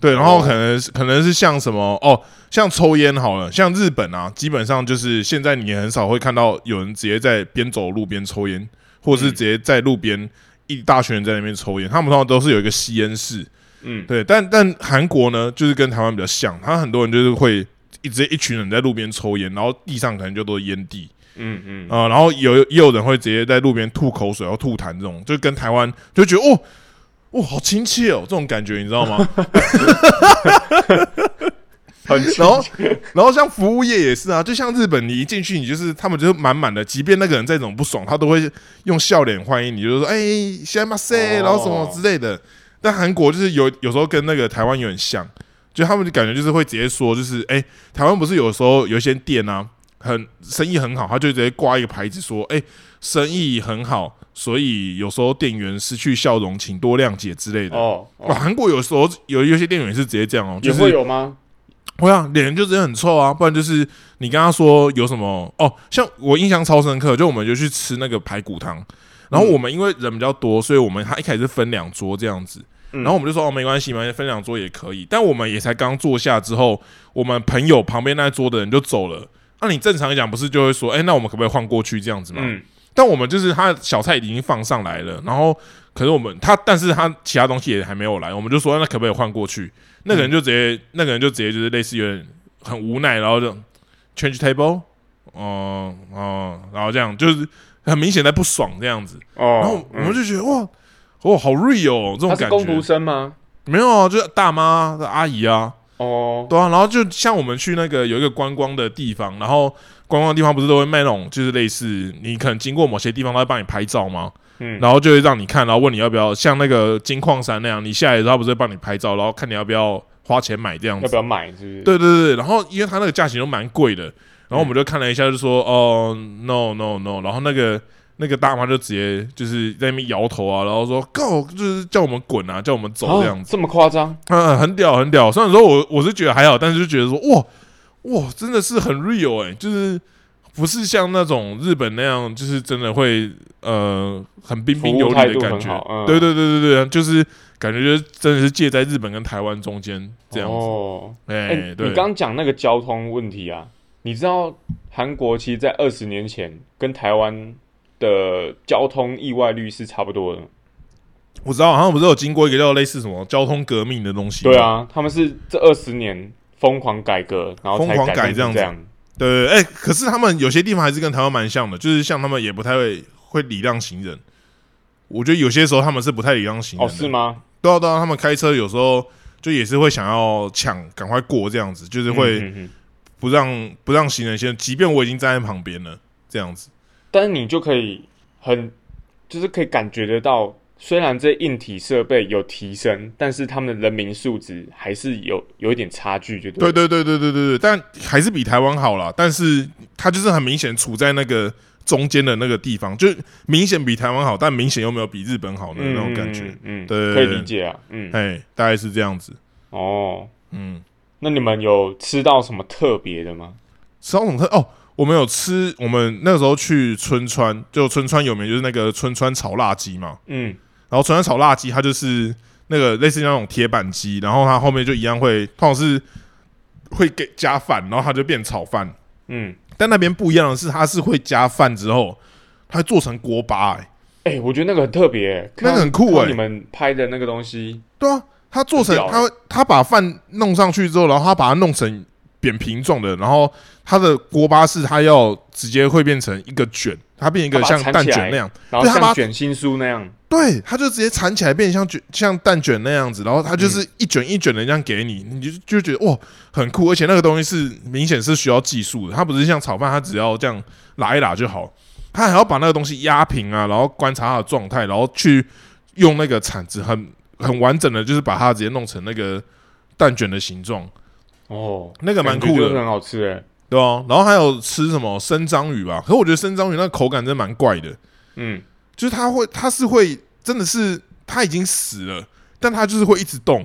[SPEAKER 1] 对，然后可能、可能是像什么哦，像抽烟好了，像日本啊，基本上就是现在你也很少会看到有人直接在边走路边抽烟，或者是
[SPEAKER 2] 嗯
[SPEAKER 1] 直接在路边一大群人在那边抽烟，他们通常都是有一个吸烟室，
[SPEAKER 2] 嗯，
[SPEAKER 1] 对，但但韩国呢，就是跟台湾比较像，他很多人就是会一直一群人在路边抽烟，然后地上可能就都是烟蒂
[SPEAKER 2] 嗯嗯，
[SPEAKER 1] 啊、呃然后有也有人会直接在路边吐口水、或吐痰这种，就跟台湾就觉得哦，哇，好亲切哦，这种感觉你知道吗？
[SPEAKER 2] 很
[SPEAKER 1] 然后，然后像服务业也是啊，就像日本，你一进去，你就是他们就是满满的，即便那个人再怎么不爽，他都会用笑脸欢迎你，就是说哎，先马塞，
[SPEAKER 2] 哦
[SPEAKER 1] 然后什么之类的。但韩国就是有有时候跟那个台湾有点像，就他们就感觉就是会直接说，就是哎，台湾不是有时候有一些店啊，很生意很好，他就直接挂一个牌子说，哎，生意很好，所以有时候店员失去笑容，请多谅解之类的。
[SPEAKER 2] 哦，
[SPEAKER 1] 哇，
[SPEAKER 2] 哦
[SPEAKER 1] 韩国有时候有有一些店员也是直接这样哦，
[SPEAKER 2] 也
[SPEAKER 1] 就是
[SPEAKER 2] 会有吗？
[SPEAKER 1] 会啊，脸就真的很臭啊，不然就是你跟他说有什么哦，像我印象超深刻，就我们就去吃那个排骨汤，然后我们因为人比较多，所以我们他一开始是分两桌这样子，
[SPEAKER 2] 嗯
[SPEAKER 1] 然后我们就说哦没关系，没关系，分两桌也可以，但我们也才刚坐下之后，我们朋友旁边那一桌的人就走了，那、你正常讲不是就会说，哎、那我们可不可以换过去这样子嘛？
[SPEAKER 2] 嗯，
[SPEAKER 1] 但我们就是他的小菜已经放上来了，然后可是我们他，但是他其他东西也还没有来，我们就说那可不可以换过去？那个人就直接，那个人就直接就是类似有点很无奈，然后就 change table，哦、哦、然后这样就是很明显在不爽这样子，然后
[SPEAKER 2] 哦，
[SPEAKER 1] 我们就觉得、哇，哦好 real 哦这种
[SPEAKER 2] 嗯他是
[SPEAKER 1] 感
[SPEAKER 2] 工读
[SPEAKER 1] 觉，
[SPEAKER 2] 生吗？
[SPEAKER 1] 没有啊，就是大妈阿姨啊，
[SPEAKER 2] 哦，
[SPEAKER 1] 对啊，然后就像我们去那个有一个观光的地方，然后观光的地方不是都会卖那种，就是类似你可能经过某些地方，他会帮你拍照吗？
[SPEAKER 2] 嗯
[SPEAKER 1] 然后就会让你看，然后问你要不要像那个金矿山那样，你下来之后他不是会帮你拍照，然后看你要不要花钱买这样
[SPEAKER 2] 要
[SPEAKER 1] 子
[SPEAKER 2] 不。要买？是不是？
[SPEAKER 1] 对对对，对然后因为他那个价钱都蛮贵的，然后我们就看了一下，就说哦，no no no，然后那个那个大妈就直接就是在那边摇头啊，然后说 go，就是叫我们滚啊，叫我们走
[SPEAKER 2] 哦，
[SPEAKER 1] 这样子。
[SPEAKER 2] 这么夸张？
[SPEAKER 1] 嗯，很屌，很屌。虽然说我我是觉得还好，但是就觉得说哇哇，真的是很 real 哎、就是不是像那种日本那样，就是真的会呃很彬彬有礼的
[SPEAKER 2] 服务态度
[SPEAKER 1] 感
[SPEAKER 2] 很
[SPEAKER 1] 觉
[SPEAKER 2] 好。嗯
[SPEAKER 1] 对对对对对，就是感觉就是真的是介在日本跟台湾中间这样子。
[SPEAKER 2] 哦，
[SPEAKER 1] 哎、
[SPEAKER 2] 哎、
[SPEAKER 1] 对，
[SPEAKER 2] 你刚讲那个交通问题啊，你知道韩国其实，在二十年前跟台湾的交通意外率是差不多的。
[SPEAKER 1] 我知道，好像不是有经过一个叫类似什么交通革命的东西。
[SPEAKER 2] 对，啊，他们是这二十年疯狂改革，然后才
[SPEAKER 1] 疯狂改
[SPEAKER 2] 改
[SPEAKER 1] 这样子
[SPEAKER 2] 成这样。
[SPEAKER 1] 对对，对哎、可是他们有些地方还是跟台湾蛮像的，就是像他们也不太会会礼让行人。我觉得有些时候他们是不太礼让行人
[SPEAKER 2] 哦，
[SPEAKER 1] 的。
[SPEAKER 2] 是吗？
[SPEAKER 1] 对啊，对啊，他们开车有时候就也是会想要抢，赶快过这样子，就是会
[SPEAKER 2] 嗯嗯嗯
[SPEAKER 1] 不让、不让行人先，即便我已经站在旁边了，这样子。
[SPEAKER 2] 但是你就可以很，就是可以感觉得到，虽然这硬体设备有提升，但是他们的人民素质还是有有一点差距，就对
[SPEAKER 1] 对
[SPEAKER 2] 了。
[SPEAKER 1] 对对对对对对，但还是比台湾好啦。但是它就是很明显处在那个中间的那个地方，就明显比台湾好，但明显又没有比日本好的那种感觉。
[SPEAKER 2] 嗯，嗯嗯
[SPEAKER 1] 对
[SPEAKER 2] 可以理解啊，嗯，
[SPEAKER 1] 哎、大概是这样子。
[SPEAKER 2] 哦，
[SPEAKER 1] 嗯，
[SPEAKER 2] 那你们有吃到什么特别的吗？
[SPEAKER 1] 烧桶特哦，我们有吃，我们那时候去春川，就春川有名就是那个春川炒辣鸡嘛。
[SPEAKER 2] 嗯，
[SPEAKER 1] 然后纯然炒辣鸡，它就是那个类似那种铁板鸡，然后它后面就一样会，通常是会给加饭，然后它就变炒饭。
[SPEAKER 2] 嗯，
[SPEAKER 1] 但那边不一样的是，它是会加饭之后，它会做成锅巴、欸，
[SPEAKER 2] 哎、我觉得那个很特别、欸，
[SPEAKER 1] 那个
[SPEAKER 2] 看到
[SPEAKER 1] 很酷欸
[SPEAKER 2] 看到你们拍的那个东西，
[SPEAKER 1] 对啊，它做成
[SPEAKER 2] 很屌欸
[SPEAKER 1] 它会它把饭弄上去之后，然后它把它弄成扁平状的，然后它的锅巴是它要直接会变成一个卷，它变一个
[SPEAKER 2] 它把它
[SPEAKER 1] 像
[SPEAKER 2] 缠
[SPEAKER 1] 蛋
[SPEAKER 2] 起
[SPEAKER 1] 卷
[SPEAKER 2] 来
[SPEAKER 1] 那样，
[SPEAKER 2] 然后
[SPEAKER 1] 对他把
[SPEAKER 2] 像卷心酥那样，
[SPEAKER 1] 对，它就直接缠起来，变成像卷像蛋卷那样子，然后它
[SPEAKER 2] 嗯
[SPEAKER 1] 就是一卷一卷的这样给你，你就就觉得哇很酷，而且那个东西是明显是需要技术的，它不是像炒饭，它只要这样拉一拉就好，它还要把那个东西压平啊，然后观察它的状态，然后去用那个铲子很很完整的，就是把它直接弄成那个蛋卷的形状，
[SPEAKER 2] 哦，
[SPEAKER 1] 那个蛮
[SPEAKER 2] 感觉
[SPEAKER 1] 酷的
[SPEAKER 2] 就是很好吃、欸，
[SPEAKER 1] 对哦、然后还有吃什么生章鱼吧，可是我觉得生章鱼那个口感真的蛮怪的，
[SPEAKER 2] 嗯，
[SPEAKER 1] 就是它会，它是会，真的是它已经死了，但它就是会一直动，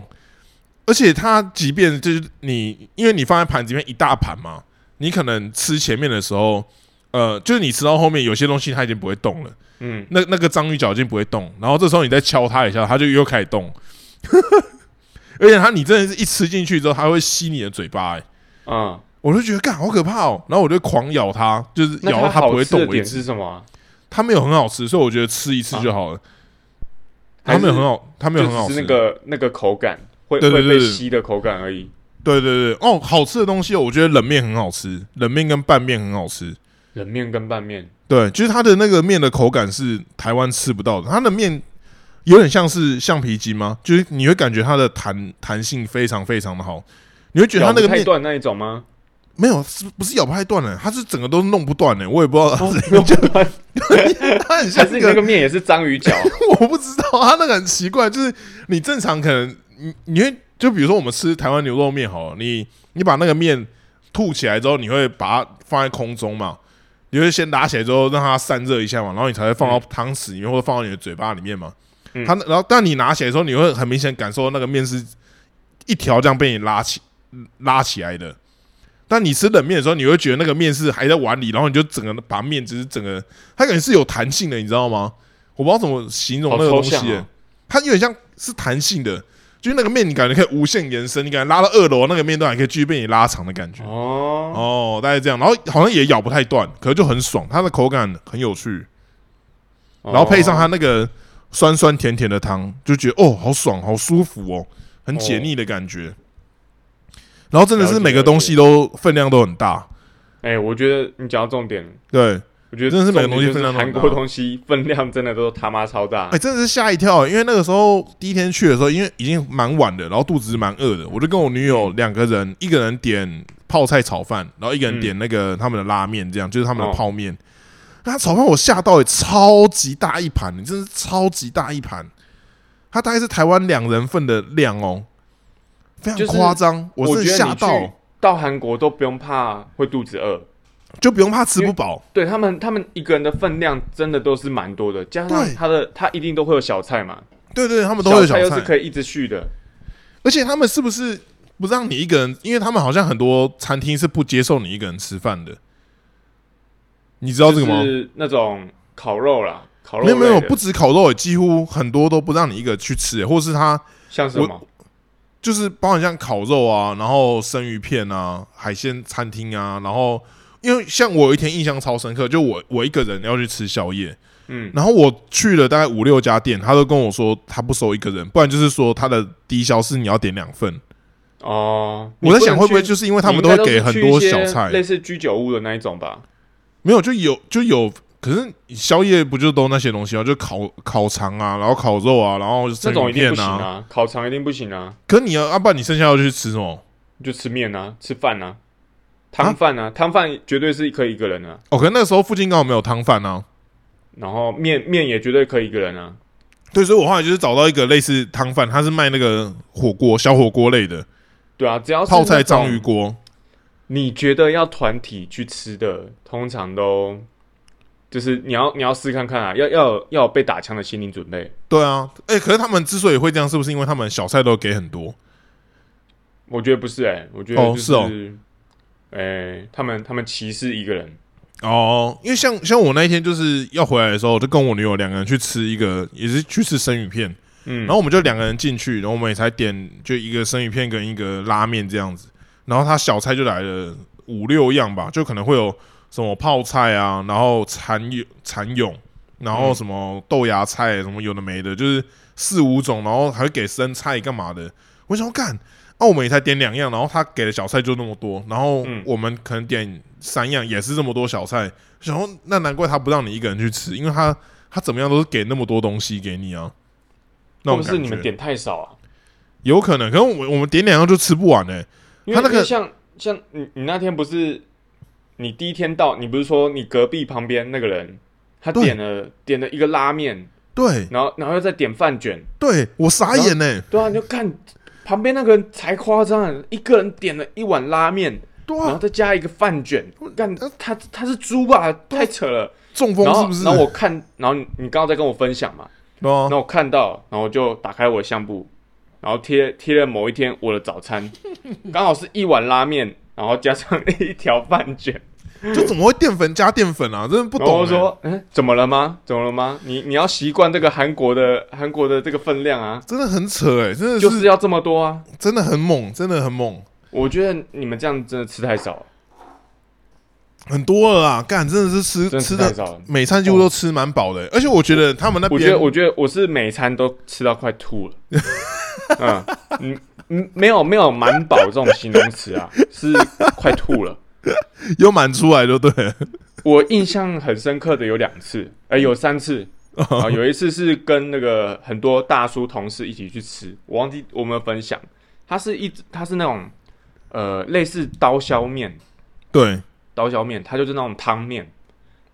[SPEAKER 1] 而且它即便就是你，因为你放在盘子里面一大盘嘛，你可能吃前面的时候，呃，就是你吃到后面有些东西它已经不会动了，
[SPEAKER 2] 嗯，
[SPEAKER 1] 那那个章鱼脚已经不会动，然后这时候你再敲它一下，它就又开始动，而且它你真的是一吃进去之后，它会吸你的嘴巴、欸，
[SPEAKER 2] 嗯，
[SPEAKER 1] 我就觉得干好可怕哦，然后我就狂咬它，就是
[SPEAKER 2] 那
[SPEAKER 1] 咬到它
[SPEAKER 2] 好
[SPEAKER 1] 不会
[SPEAKER 2] 吃
[SPEAKER 1] 动
[SPEAKER 2] 的
[SPEAKER 1] 为
[SPEAKER 2] 点
[SPEAKER 1] 止。
[SPEAKER 2] 是什么、啊？
[SPEAKER 1] 它没有很好吃，所以我觉得吃一次就好了。
[SPEAKER 2] 还
[SPEAKER 1] 它
[SPEAKER 2] 是
[SPEAKER 1] 没有很好，它没有
[SPEAKER 2] 就
[SPEAKER 1] 很好
[SPEAKER 2] 只
[SPEAKER 1] 吃。
[SPEAKER 2] 是那个那个口感，会
[SPEAKER 1] 对对对
[SPEAKER 2] 会被
[SPEAKER 1] 对
[SPEAKER 2] 吸的口感而已。
[SPEAKER 1] 对对对，哦，好吃的东西哦，我觉得冷面很好吃，冷面跟拌面很好吃。
[SPEAKER 2] 冷面跟拌面，
[SPEAKER 1] 对，就是它的那个面的口感是台湾吃不到的，它的面有点像是橡皮筋吗？就是你会感觉它的弹弹性非常非常的好，你会觉得它那个
[SPEAKER 2] 咬不太
[SPEAKER 1] 面
[SPEAKER 2] 断那一 种吗？
[SPEAKER 1] 没有是不是咬不太断欸呢？它是整个都弄不断欸呢。我也不知道 它是
[SPEAKER 2] 咬不断
[SPEAKER 1] 它很像
[SPEAKER 2] 还是
[SPEAKER 1] 一
[SPEAKER 2] 你
[SPEAKER 1] 个
[SPEAKER 2] 那个面也是 章鱼脚？
[SPEAKER 1] 我不知道，它那个很奇怪，就是你正常可能你你会就比如说我们吃台湾牛肉面好了，你你把那个面吐起来之后，你会把它放在空中嘛，你会先拉起来之后让它散热一下嘛，然后你才会放到汤匙里面或者放到你的嘴巴里面嘛。
[SPEAKER 2] 嗯
[SPEAKER 1] 它那然后但你拿起来的时候，你会很明显感受到那个面是一条这样被你拉起拉起来的。但你吃冷面的时候，你会觉得那个面是还在碗里，然后你就整个把面只是整个，它感觉是有弹性的，你知道吗？我不知道怎么形容那个
[SPEAKER 2] 好
[SPEAKER 1] 东
[SPEAKER 2] 抽
[SPEAKER 1] 西、
[SPEAKER 2] 象哦
[SPEAKER 1] 欸它有点像是弹性的，就是那个面你感觉可以无限延伸，你感觉拉到二楼那个面段还可以继续被你拉长的感觉。
[SPEAKER 2] 哦，
[SPEAKER 1] 哦，大概这样，然后好像也咬不太断，可是就很爽，它的口感很有
[SPEAKER 2] 哦
[SPEAKER 1] 趣，然后配上它那个酸酸甜甜的汤，就觉得哦，好爽，好舒服哦，很解腻的感觉。然后真的
[SPEAKER 2] 了
[SPEAKER 1] 是
[SPEAKER 2] 解
[SPEAKER 1] 每个东西都分量都很大，
[SPEAKER 2] 哎、我觉得你讲到重点，
[SPEAKER 1] 对，
[SPEAKER 2] 我觉得
[SPEAKER 1] 真的是每个
[SPEAKER 2] 重点
[SPEAKER 1] 东西
[SPEAKER 2] 就是
[SPEAKER 1] 分量都很
[SPEAKER 2] 韩
[SPEAKER 1] 大
[SPEAKER 2] 国东西分量真的都他妈超大
[SPEAKER 1] 哎、。真的是吓一跳、因为那个时候第一天去的时候，因为已经蛮晚的，然后肚子蛮饿
[SPEAKER 2] 嗯
[SPEAKER 1] 的，我就跟我女友两个人，一个人点泡菜炒饭，然后一个人点那个他们的拉面，这样就是他们的
[SPEAKER 2] 哦
[SPEAKER 1] 泡面。那、他炒饭我吓到、欸，超级大一盘，真是超级大一盘，它大概是台湾两人份的量哦，非
[SPEAKER 2] 就
[SPEAKER 1] 常
[SPEAKER 2] 是
[SPEAKER 1] 夸张，
[SPEAKER 2] 我
[SPEAKER 1] 我
[SPEAKER 2] 觉
[SPEAKER 1] 是
[SPEAKER 2] 得
[SPEAKER 1] 吓
[SPEAKER 2] 你
[SPEAKER 1] 到
[SPEAKER 2] 去，到韩国都不用怕会肚子饿，
[SPEAKER 1] 就不用怕吃
[SPEAKER 2] 因
[SPEAKER 1] 不
[SPEAKER 2] 为
[SPEAKER 1] 饱，
[SPEAKER 2] 对他们，他们一个人的分量真的都是蛮多的，加上
[SPEAKER 1] 对
[SPEAKER 2] 他的他一定都会有小菜嘛，
[SPEAKER 1] 对对，对他们都会有
[SPEAKER 2] 小
[SPEAKER 1] 小
[SPEAKER 2] 又
[SPEAKER 1] 菜
[SPEAKER 2] 是，可以一直续的，
[SPEAKER 1] 而且他们是不是不让你一个人？因为他们好像很多餐厅是不接受你一个人吃饭的。你知道这
[SPEAKER 2] 就
[SPEAKER 1] 个吗？
[SPEAKER 2] 是那种烤肉啦，烤肉
[SPEAKER 1] 没有没
[SPEAKER 2] 类
[SPEAKER 1] 有，
[SPEAKER 2] 的
[SPEAKER 1] 不止烤肉，几乎很多都不让你一个人去吃，或是他
[SPEAKER 2] 像什么
[SPEAKER 1] 就是包含像烤肉啊，然后生鱼片啊，海鲜餐厅啊，然后因为像我有一天印象超深刻，就我我一个人要去吃宵夜，
[SPEAKER 2] 嗯，
[SPEAKER 1] 然后我去了大概五六家店，他都跟我说他不收一个人，不然就是说他的低消是你要点两份。
[SPEAKER 2] 哦，
[SPEAKER 1] 我在想会不会
[SPEAKER 2] 你能去
[SPEAKER 1] 就是因为他们
[SPEAKER 2] 你
[SPEAKER 1] 都会
[SPEAKER 2] 应该都
[SPEAKER 1] 给
[SPEAKER 2] 是
[SPEAKER 1] 很
[SPEAKER 2] 去
[SPEAKER 1] 多
[SPEAKER 2] 一些
[SPEAKER 1] 小菜，
[SPEAKER 2] 类似居酒屋的那一种吧？
[SPEAKER 1] 没有，就有就有，可是宵夜不就都那些东西吗？啊就烤烤肠啊，然后烤肉啊，然后
[SPEAKER 2] 那
[SPEAKER 1] 生
[SPEAKER 2] 种
[SPEAKER 1] 鱼
[SPEAKER 2] 一定
[SPEAKER 1] 片
[SPEAKER 2] 不行啊，烤肠一定不行啊，
[SPEAKER 1] 可你要，啊，不然你剩下要去吃什么？
[SPEAKER 2] 就吃面啊，吃饭啊，汤饭啊，汤饭绝对是可以一个人啊，
[SPEAKER 1] 哦，可能那个时候附近刚好没有汤饭啊。
[SPEAKER 2] 然后面面也绝对可以一个人啊，
[SPEAKER 1] 对，所以我后来就是找到一个类似汤饭，它是卖那个火锅、小火锅类的
[SPEAKER 2] 对啊，只要是
[SPEAKER 1] 泡菜
[SPEAKER 2] 那种
[SPEAKER 1] 章鱼锅。
[SPEAKER 2] 你觉得要团体去吃的，通常都就是你要你要试看看啊，要要有要有被打枪的心理准备。
[SPEAKER 1] 对啊，哎、可是他们之所以会这样，是不是因为他们小菜都给很多？
[SPEAKER 2] 我觉得不是哎、我觉得
[SPEAKER 1] 哦
[SPEAKER 2] 就是
[SPEAKER 1] 哦
[SPEAKER 2] 哎、他们他们歧视一个人，
[SPEAKER 1] 哦，因为像像我那一天就是要回来的时候，我就跟我女友两个人去吃一个，也是去吃生鱼片。
[SPEAKER 2] 嗯，
[SPEAKER 1] 然后我们就两个人进去，然后我们也才点就一个生鱼片跟一个拉面这样子，然后他小菜就来了五六样吧，就可能会有什么泡菜啊，然后蚕蛹蚕蛹，然后
[SPEAKER 2] 嗯
[SPEAKER 1] 什么豆芽菜啊什么有的没的，就是四五种，然后还会给生菜干嘛的，我想说干。哦那、我们也才点两样，然后他给的小菜就那么多，然后
[SPEAKER 2] 嗯
[SPEAKER 1] 我们可能点三样，也是这么多小菜。然后那难怪他不让你一个人去吃，因为他他怎么样都是给那么多东西给你啊。那种
[SPEAKER 2] 或者是
[SPEAKER 1] 感
[SPEAKER 2] 你们
[SPEAKER 1] 觉
[SPEAKER 2] 点太少啊，
[SPEAKER 1] 有可能，可能我们我们点两样就吃不完呢、欸
[SPEAKER 2] 因为
[SPEAKER 1] 他那个
[SPEAKER 2] 因为像像你你那天不是你第一天到，你不是说你隔壁旁边那个人他
[SPEAKER 1] 对
[SPEAKER 2] 点了点了一个拉面，
[SPEAKER 1] 对
[SPEAKER 2] 然后然后又再点饭卷，
[SPEAKER 1] 对，我傻眼呢、
[SPEAKER 2] 对啊，你就看旁边那个人才夸张啊，一个人点了一碗拉面。
[SPEAKER 1] 对
[SPEAKER 2] 然后
[SPEAKER 1] 啊，
[SPEAKER 2] 再加一个饭卷，干
[SPEAKER 1] 他
[SPEAKER 2] 他他是猪吧？太扯了。
[SPEAKER 1] 中
[SPEAKER 2] 然
[SPEAKER 1] 风是
[SPEAKER 2] 后
[SPEAKER 1] 不是？
[SPEAKER 2] 然后我看，然后你你刚刚在跟我分享嘛，
[SPEAKER 1] 对啊
[SPEAKER 2] 然后我看到，然后我就打开我的相簿，然后贴贴了某一天我的 早餐，刚好是一碗拉面，然后加上一条饭卷。
[SPEAKER 1] 就怎么会淀粉加淀粉啊？真的不
[SPEAKER 2] 然后
[SPEAKER 1] 懂、
[SPEAKER 2] 我
[SPEAKER 1] 欸。
[SPEAKER 2] 说，嗯，怎么了吗？怎么了吗？你你要习惯这个韩国的韩国的这个分量啊，
[SPEAKER 1] 真的很扯哎、真的是、
[SPEAKER 2] 就是要这么多啊。
[SPEAKER 1] 真的很猛，真的很猛，
[SPEAKER 2] 我觉得你们这样真的吃太少了，
[SPEAKER 1] 很多了啊！干，真的是吃
[SPEAKER 2] 真的
[SPEAKER 1] 吃
[SPEAKER 2] 吃太
[SPEAKER 1] 的
[SPEAKER 2] 少了。
[SPEAKER 1] 每餐几乎都吃蛮饱的欸、而且我觉得他们那
[SPEAKER 2] 我觉得，
[SPEAKER 1] 边
[SPEAKER 2] 我觉得我是每餐都吃到快吐了。 嗯嗯嗯，没有没有满饱这种形容词啊， 是快吐了。
[SPEAKER 1] 有满出来就对了，
[SPEAKER 2] 我印象很深刻的有两次，哎、有三次，然后有一次是跟那个很多大叔同事一起去吃，我忘记我们分享，它是一它是那种呃类似刀削面，
[SPEAKER 1] 对，
[SPEAKER 2] 刀削面它就是那种汤面，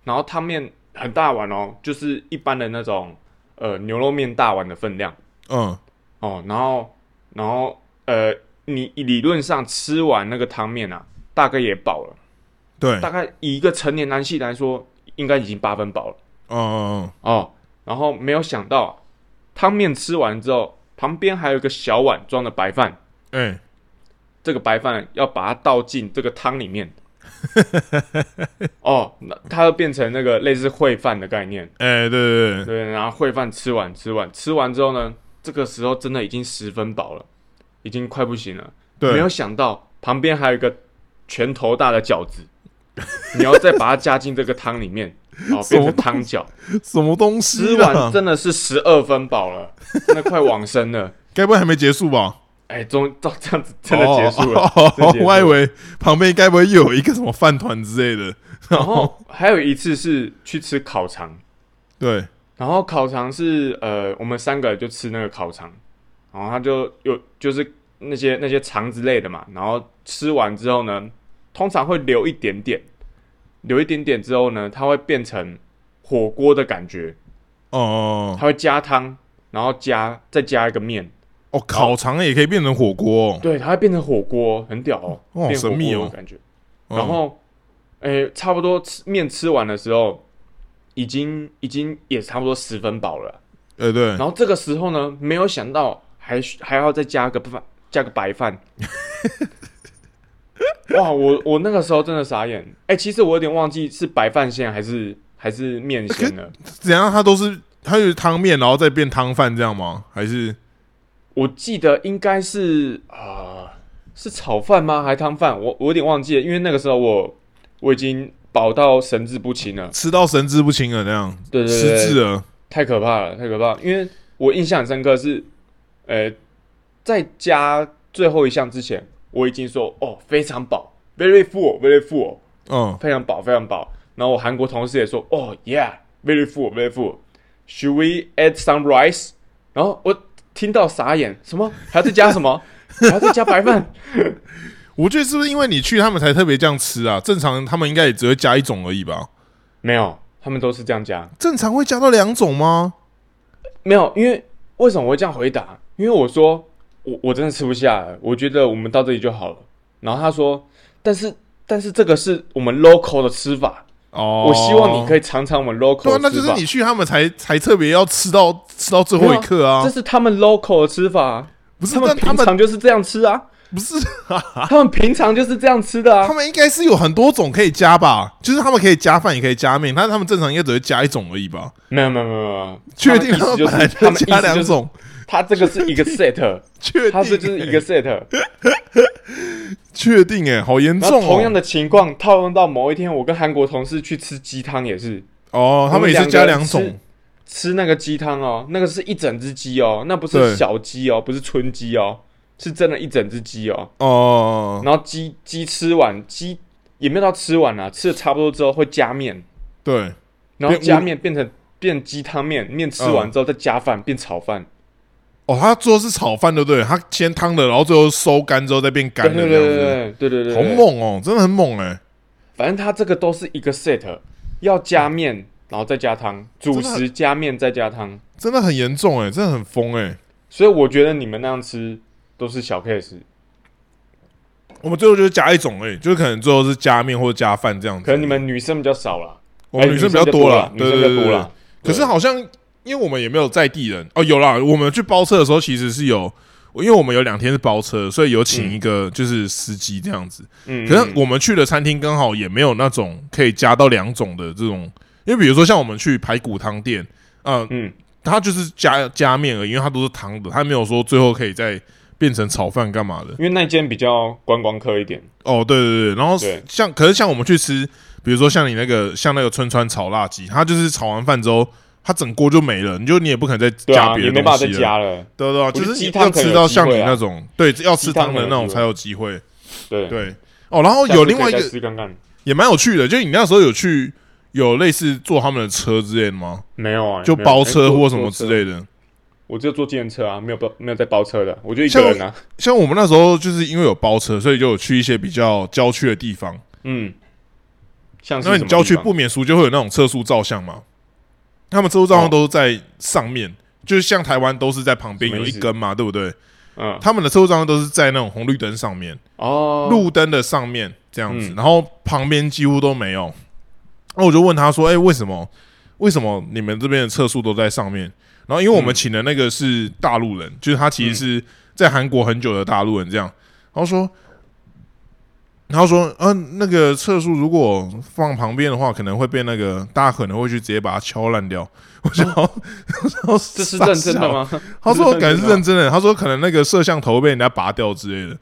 [SPEAKER 2] 然后汤面很大碗哦，就是一般的那种呃牛肉面大碗的分量
[SPEAKER 1] 嗯，
[SPEAKER 2] 哦，然后然后呃你理论上吃完那个汤面啊，大概也饱了，
[SPEAKER 1] 对，
[SPEAKER 2] 大
[SPEAKER 1] 哦
[SPEAKER 2] 概以一个成年男性来说，应该已经八分饱了。
[SPEAKER 1] 哦
[SPEAKER 2] 哦，然后没有想到，汤面吃完之后，旁边还有一个小碗装的白饭，
[SPEAKER 1] 哦，哎，
[SPEAKER 2] 这个白饭要把它倒进这个汤里面。哦，那它就变成那个类似烩饭的概念，
[SPEAKER 1] 哎，对对对，
[SPEAKER 2] 对。然后烩饭吃完，吃完，吃完之后呢，这个时候真的已经十分饱了，已经快不行了。
[SPEAKER 1] 对
[SPEAKER 2] 没有想到旁边还有一个拳头大的饺 子，你要再把它加进这个汤里面，哦，变
[SPEAKER 1] 什么啊
[SPEAKER 2] 成汤饺。
[SPEAKER 1] 什么东西啊
[SPEAKER 2] 吃
[SPEAKER 1] 啦
[SPEAKER 2] 完？真的是十二分饱了，真的快往生了。
[SPEAKER 1] 该不会还没结束吧？
[SPEAKER 2] 哎，终到这样子真的结束了
[SPEAKER 1] 哦哦哦。
[SPEAKER 2] 真的结束了
[SPEAKER 1] 我还以为旁边该不会又有一个什么饭团之类的？
[SPEAKER 2] 然后还有一次是去吃烤肠，
[SPEAKER 1] 对，
[SPEAKER 2] 然后烤肠是呃，我们三个就吃那个烤肠，然后他就有就是那些那些肠之类的嘛，然后吃完之后呢，通常会留一点点，留一点点之后呢，它会变成火锅的感觉，
[SPEAKER 1] 哦哦
[SPEAKER 2] 它会加汤，然后加再加一个面，
[SPEAKER 1] 哦，哦烤肠也可以变成火锅哦，
[SPEAKER 2] 对，它会变成火锅，很屌哦，
[SPEAKER 1] 哦
[SPEAKER 2] 变火
[SPEAKER 1] 神秘
[SPEAKER 2] 锅
[SPEAKER 1] 哦
[SPEAKER 2] 的感觉。
[SPEAKER 1] 嗯
[SPEAKER 2] 然后，诶、差不多吃面吃完的时候，已经已经也差不多十分饱了。
[SPEAKER 1] 哎对
[SPEAKER 2] 然，后这个时候呢，没有想到还需还要再加个饭，加个白饭。哇，我我那个时候真的傻眼。哎、其实我有点忘记是白饭先还是还是面先了。
[SPEAKER 1] 怎样？它都是它就是汤面，然后再变汤饭这样吗？还是
[SPEAKER 2] 我记得应该是啊、呃是炒饭吗？还是汤饭？我我有点忘记了，因为那个时候我我已经饱到神志不清了。
[SPEAKER 1] 吃到神志不清了那样？
[SPEAKER 2] 对对对
[SPEAKER 1] 失智了。
[SPEAKER 2] 太可怕了，太可怕了！因为我印象很深刻是，呃，在加最后一项之前，我已经说哦非常饱，very full，very full，
[SPEAKER 1] 嗯，
[SPEAKER 2] 非常饱，非常饱。然后我韩国同事也说哦 yeah，very full，very full，should we add some rice？然后我听到傻眼，什么还要再加什么？还要再加白饭？
[SPEAKER 1] 我觉得是不是因为你去他们才特别这样吃啊？正常他们应该也只会加一种而已吧？
[SPEAKER 2] 没有，他们都是这样加。
[SPEAKER 1] 正常会加到两种吗？
[SPEAKER 2] 没有，因为为什么我会这样回答？因为我说我我真的吃不下了，我觉得我们到这里就好了。然后他说，但是但是这个是我们 local 的吃法，
[SPEAKER 1] 哦，
[SPEAKER 2] 我希望你可
[SPEAKER 1] 以。
[SPEAKER 2] 以尝尝我们
[SPEAKER 1] 对啊
[SPEAKER 2] local，
[SPEAKER 1] 那
[SPEAKER 2] 的
[SPEAKER 1] 就
[SPEAKER 2] 吃
[SPEAKER 1] 是
[SPEAKER 2] 法。
[SPEAKER 1] 你去他们才才特别要吃到吃到最后一刻啊
[SPEAKER 2] 这！是他们 local 的吃法啊，
[SPEAKER 1] 不是，
[SPEAKER 2] 他们
[SPEAKER 1] 但他
[SPEAKER 2] 平
[SPEAKER 1] 们
[SPEAKER 2] 常就是这样吃啊，
[SPEAKER 1] 不是啊，
[SPEAKER 2] 他们平常就是这样吃的啊
[SPEAKER 1] 他。们应该是有很多种可以加吧？就是他们可以加饭，也可以加面，但是他们正常应该只会加一种而已吧？
[SPEAKER 2] 没有没有没有没有，
[SPEAKER 1] 确定
[SPEAKER 2] 他们意
[SPEAKER 1] 本来
[SPEAKER 2] 思就是他
[SPEAKER 1] 就
[SPEAKER 2] 们
[SPEAKER 1] 加
[SPEAKER 2] 意思
[SPEAKER 1] 两
[SPEAKER 2] 就是
[SPEAKER 1] 种？
[SPEAKER 2] 他这个是一个 set，
[SPEAKER 1] 确
[SPEAKER 2] 他这就是
[SPEAKER 1] 定欸？
[SPEAKER 2] 一 个 set。
[SPEAKER 1] 确定哎，好严
[SPEAKER 2] 然
[SPEAKER 1] 重
[SPEAKER 2] 后
[SPEAKER 1] 哦！
[SPEAKER 2] 同样的情况套用到某一天，我跟韩国同事去吃鸡汤也是，
[SPEAKER 1] 哦，他们也是加两
[SPEAKER 2] 我们
[SPEAKER 1] 种
[SPEAKER 2] 两个吃那个鸡汤哦，那个是一整只鸡哦，那不
[SPEAKER 1] 对
[SPEAKER 2] 是小鸡哦，不是春鸡哦，是真的一整只鸡哦。
[SPEAKER 1] 哦，
[SPEAKER 2] 然后鸡鸡吃完，鸡也没有到吃完啦、啊吃的差不多之后会加面，
[SPEAKER 1] 对，
[SPEAKER 2] 然后
[SPEAKER 1] 变嗯
[SPEAKER 2] 加面变成变鸡汤面，面吃完之后再加饭、变炒饭。
[SPEAKER 1] 哦，他最后是炒饭，对不对？他先汤的，然后最后收干之后再变干的
[SPEAKER 2] 对对
[SPEAKER 1] 这
[SPEAKER 2] 对
[SPEAKER 1] 样子，
[SPEAKER 2] 对对对对，
[SPEAKER 1] 好
[SPEAKER 2] 对！
[SPEAKER 1] 猛哦，真的很猛哎！
[SPEAKER 2] 反正它这个都是一个 set，要加面，然后再加汤，主
[SPEAKER 1] 真的很
[SPEAKER 2] 食加面再加汤。
[SPEAKER 1] 真的很严重哎、真的很疯哎、
[SPEAKER 2] 所以我觉得你们那样吃都是小 case，
[SPEAKER 1] 我们最后就是加一种哎、就是可能最后是加面或者加饭这样子。
[SPEAKER 2] 可能你们女生比较少啦。
[SPEAKER 1] 我们
[SPEAKER 2] 哎
[SPEAKER 1] 女生比较多啦
[SPEAKER 2] 女生比
[SPEAKER 1] 对
[SPEAKER 2] 较
[SPEAKER 1] 对对
[SPEAKER 2] 多
[SPEAKER 1] 对
[SPEAKER 2] 啦。
[SPEAKER 1] 可是好像因为我们也没有在地人哦，有啦，我们去包车的时候其实是有，因为我们有两天是包车，所以有请一个就是司机这样子。
[SPEAKER 2] 嗯，
[SPEAKER 1] 可是我们去的餐厅刚好也没有那种可以加到两种的这种，因为比如说像我们去排骨汤店，嗯、
[SPEAKER 2] 嗯
[SPEAKER 1] 它就是加加面而已，因为它都是汤的，它没有说最后可以再变成炒饭干嘛的。
[SPEAKER 2] 因为那间比较观光客一点，
[SPEAKER 1] 哦，对对对，然后
[SPEAKER 2] 对
[SPEAKER 1] 像可是像我们去吃，比如说像你那个像那个春川炒辣鸡，它就是炒完饭之后，它整锅就没了，你就你也不可能再
[SPEAKER 2] 对
[SPEAKER 1] 加
[SPEAKER 2] 啊，
[SPEAKER 1] 别
[SPEAKER 2] 你
[SPEAKER 1] 的
[SPEAKER 2] 没办
[SPEAKER 1] 东
[SPEAKER 2] 法再
[SPEAKER 1] 西了。
[SPEAKER 2] 加了，
[SPEAKER 1] 对啊对啊，
[SPEAKER 2] 我觉
[SPEAKER 1] 就
[SPEAKER 2] 得
[SPEAKER 1] 是
[SPEAKER 2] 鸡
[SPEAKER 1] 要
[SPEAKER 2] 汤可能
[SPEAKER 1] 吃
[SPEAKER 2] 有
[SPEAKER 1] 到
[SPEAKER 2] 机
[SPEAKER 1] 像你
[SPEAKER 2] 会啊
[SPEAKER 1] 那种，对，要吃
[SPEAKER 2] 鸡汤
[SPEAKER 1] 汤
[SPEAKER 2] 可
[SPEAKER 1] 的
[SPEAKER 2] 能
[SPEAKER 1] 那
[SPEAKER 2] 有
[SPEAKER 1] 种
[SPEAKER 2] 机
[SPEAKER 1] 才有机会。
[SPEAKER 2] 对，
[SPEAKER 1] 对，哦，然后
[SPEAKER 2] 下次
[SPEAKER 1] 有另
[SPEAKER 2] 可以
[SPEAKER 1] 外一
[SPEAKER 2] 再
[SPEAKER 1] 个
[SPEAKER 2] 试看看，
[SPEAKER 1] 也蛮有趣的，就是你那时候有去有类似坐他们的车之类的吗？
[SPEAKER 2] 没有啊，
[SPEAKER 1] 就
[SPEAKER 2] 没有
[SPEAKER 1] 包
[SPEAKER 2] 哎
[SPEAKER 1] 车
[SPEAKER 2] 坐
[SPEAKER 1] 或什么
[SPEAKER 2] 坐
[SPEAKER 1] 之
[SPEAKER 2] 车
[SPEAKER 1] 类的。
[SPEAKER 2] 我只有坐计程车啊，没有包没有在包车的，我就一个人啊。
[SPEAKER 1] 像我们那时候就是因为有包车，所以就有去一些比较郊区的地方。
[SPEAKER 2] 嗯，像是
[SPEAKER 1] 那
[SPEAKER 2] 什
[SPEAKER 1] 你
[SPEAKER 2] 么
[SPEAKER 1] 郊区
[SPEAKER 2] 地方
[SPEAKER 1] 不免俗就会有那种测速照相嘛？他们测速
[SPEAKER 2] 哦
[SPEAKER 1] 照相都是在上面，就是像台湾都是在旁边
[SPEAKER 2] 什么
[SPEAKER 1] 有
[SPEAKER 2] 意
[SPEAKER 1] 一
[SPEAKER 2] 思
[SPEAKER 1] 根嘛，对不对？
[SPEAKER 2] 嗯
[SPEAKER 1] 他们的测速照相都是在那种红绿灯上面、
[SPEAKER 2] 哦
[SPEAKER 1] 路灯的上面这样子，
[SPEAKER 2] 嗯
[SPEAKER 1] 然后旁边几乎都没有。那我就问他说：“哎、为什么？为什么你们这边的测速都在上面？”然后因为我们
[SPEAKER 2] 嗯
[SPEAKER 1] 请的那个是大陆人，就是他其实是在韩国很久的大陆人，这样。然后说，然后说，嗯、那个测速如果放旁边的话，可能会被那个大家可能会去直接把它敲烂掉。我想，我想
[SPEAKER 2] 嗯这是认真的？吗？
[SPEAKER 1] 他说
[SPEAKER 2] 这是
[SPEAKER 1] 可能是
[SPEAKER 2] 认真的吗
[SPEAKER 1] 认真的，他说可能那个摄像头被人家拔掉之类的，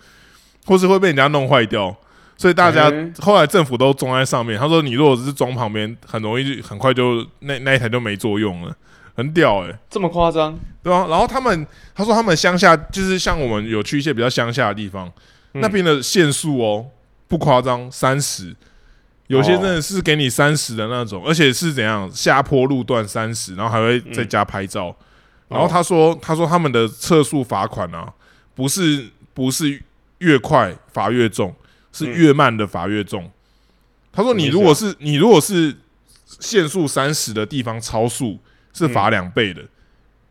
[SPEAKER 1] 或是会被人家弄坏掉，所以大家
[SPEAKER 2] 嗯
[SPEAKER 1] 后来政府都装在上面。他说你如果只是装旁边，很容易就很快就那那一台就没作用了，很屌哎、
[SPEAKER 2] 这么夸张？
[SPEAKER 1] 对啊。然后他们他说他们乡下就是像我们有去一些比较乡下的地方，
[SPEAKER 2] 嗯
[SPEAKER 1] 那边的限速哦，不夸张，三十。有些
[SPEAKER 2] 哦
[SPEAKER 1] 真的是给你三十的那种，而且是怎样下坡路段三十，然后还会在家拍照。然后他说：“他说他们的测速罚款啊，不是不是越快罚越重，是
[SPEAKER 2] 嗯
[SPEAKER 1] 越慢的罚越重。他说：“
[SPEAKER 2] 什么
[SPEAKER 1] 你
[SPEAKER 2] 意思啊
[SPEAKER 1] 如果是、你如果是限速三十的地方超速，是罚两倍的；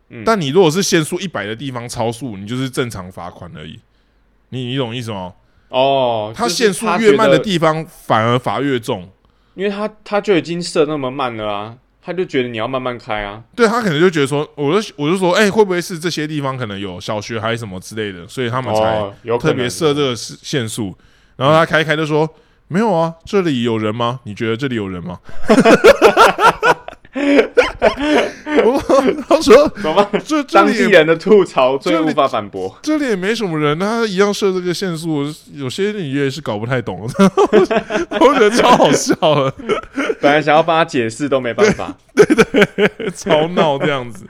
[SPEAKER 2] 嗯
[SPEAKER 1] 但你如果是限速一百的地方超速，你就是正常罚款而已。你你懂意思吗？
[SPEAKER 2] 哦，
[SPEAKER 1] 他
[SPEAKER 2] 就是
[SPEAKER 1] 限速
[SPEAKER 2] 他
[SPEAKER 1] 越慢
[SPEAKER 2] 觉
[SPEAKER 1] 的
[SPEAKER 2] 得，
[SPEAKER 1] 地方反而罚越重，
[SPEAKER 2] 因为他他就已经设那么慢了啊，他就觉得你要慢慢开啊。
[SPEAKER 1] 对他可能就觉得说，我就我就说，哎、会不会是这些地方可能有小学还是什么之类的，所以他们才。”
[SPEAKER 2] 哦，有
[SPEAKER 1] 特
[SPEAKER 2] 可能
[SPEAKER 1] 别设这个是限速，然后他开一开就说：“没有啊，这里有人吗？你觉得这里有人吗？” 我 他说
[SPEAKER 2] 怎么办？：“
[SPEAKER 1] 这这
[SPEAKER 2] 当地
[SPEAKER 1] 里也
[SPEAKER 2] 人的吐槽最
[SPEAKER 1] 这里
[SPEAKER 2] 无法反驳。
[SPEAKER 1] 这里也没什么人，他一样设这个限速，有些你也是搞不太懂。” 我觉得超好笑的，
[SPEAKER 2] 本来想要帮他解释都没办法。
[SPEAKER 1] 超闹这样子。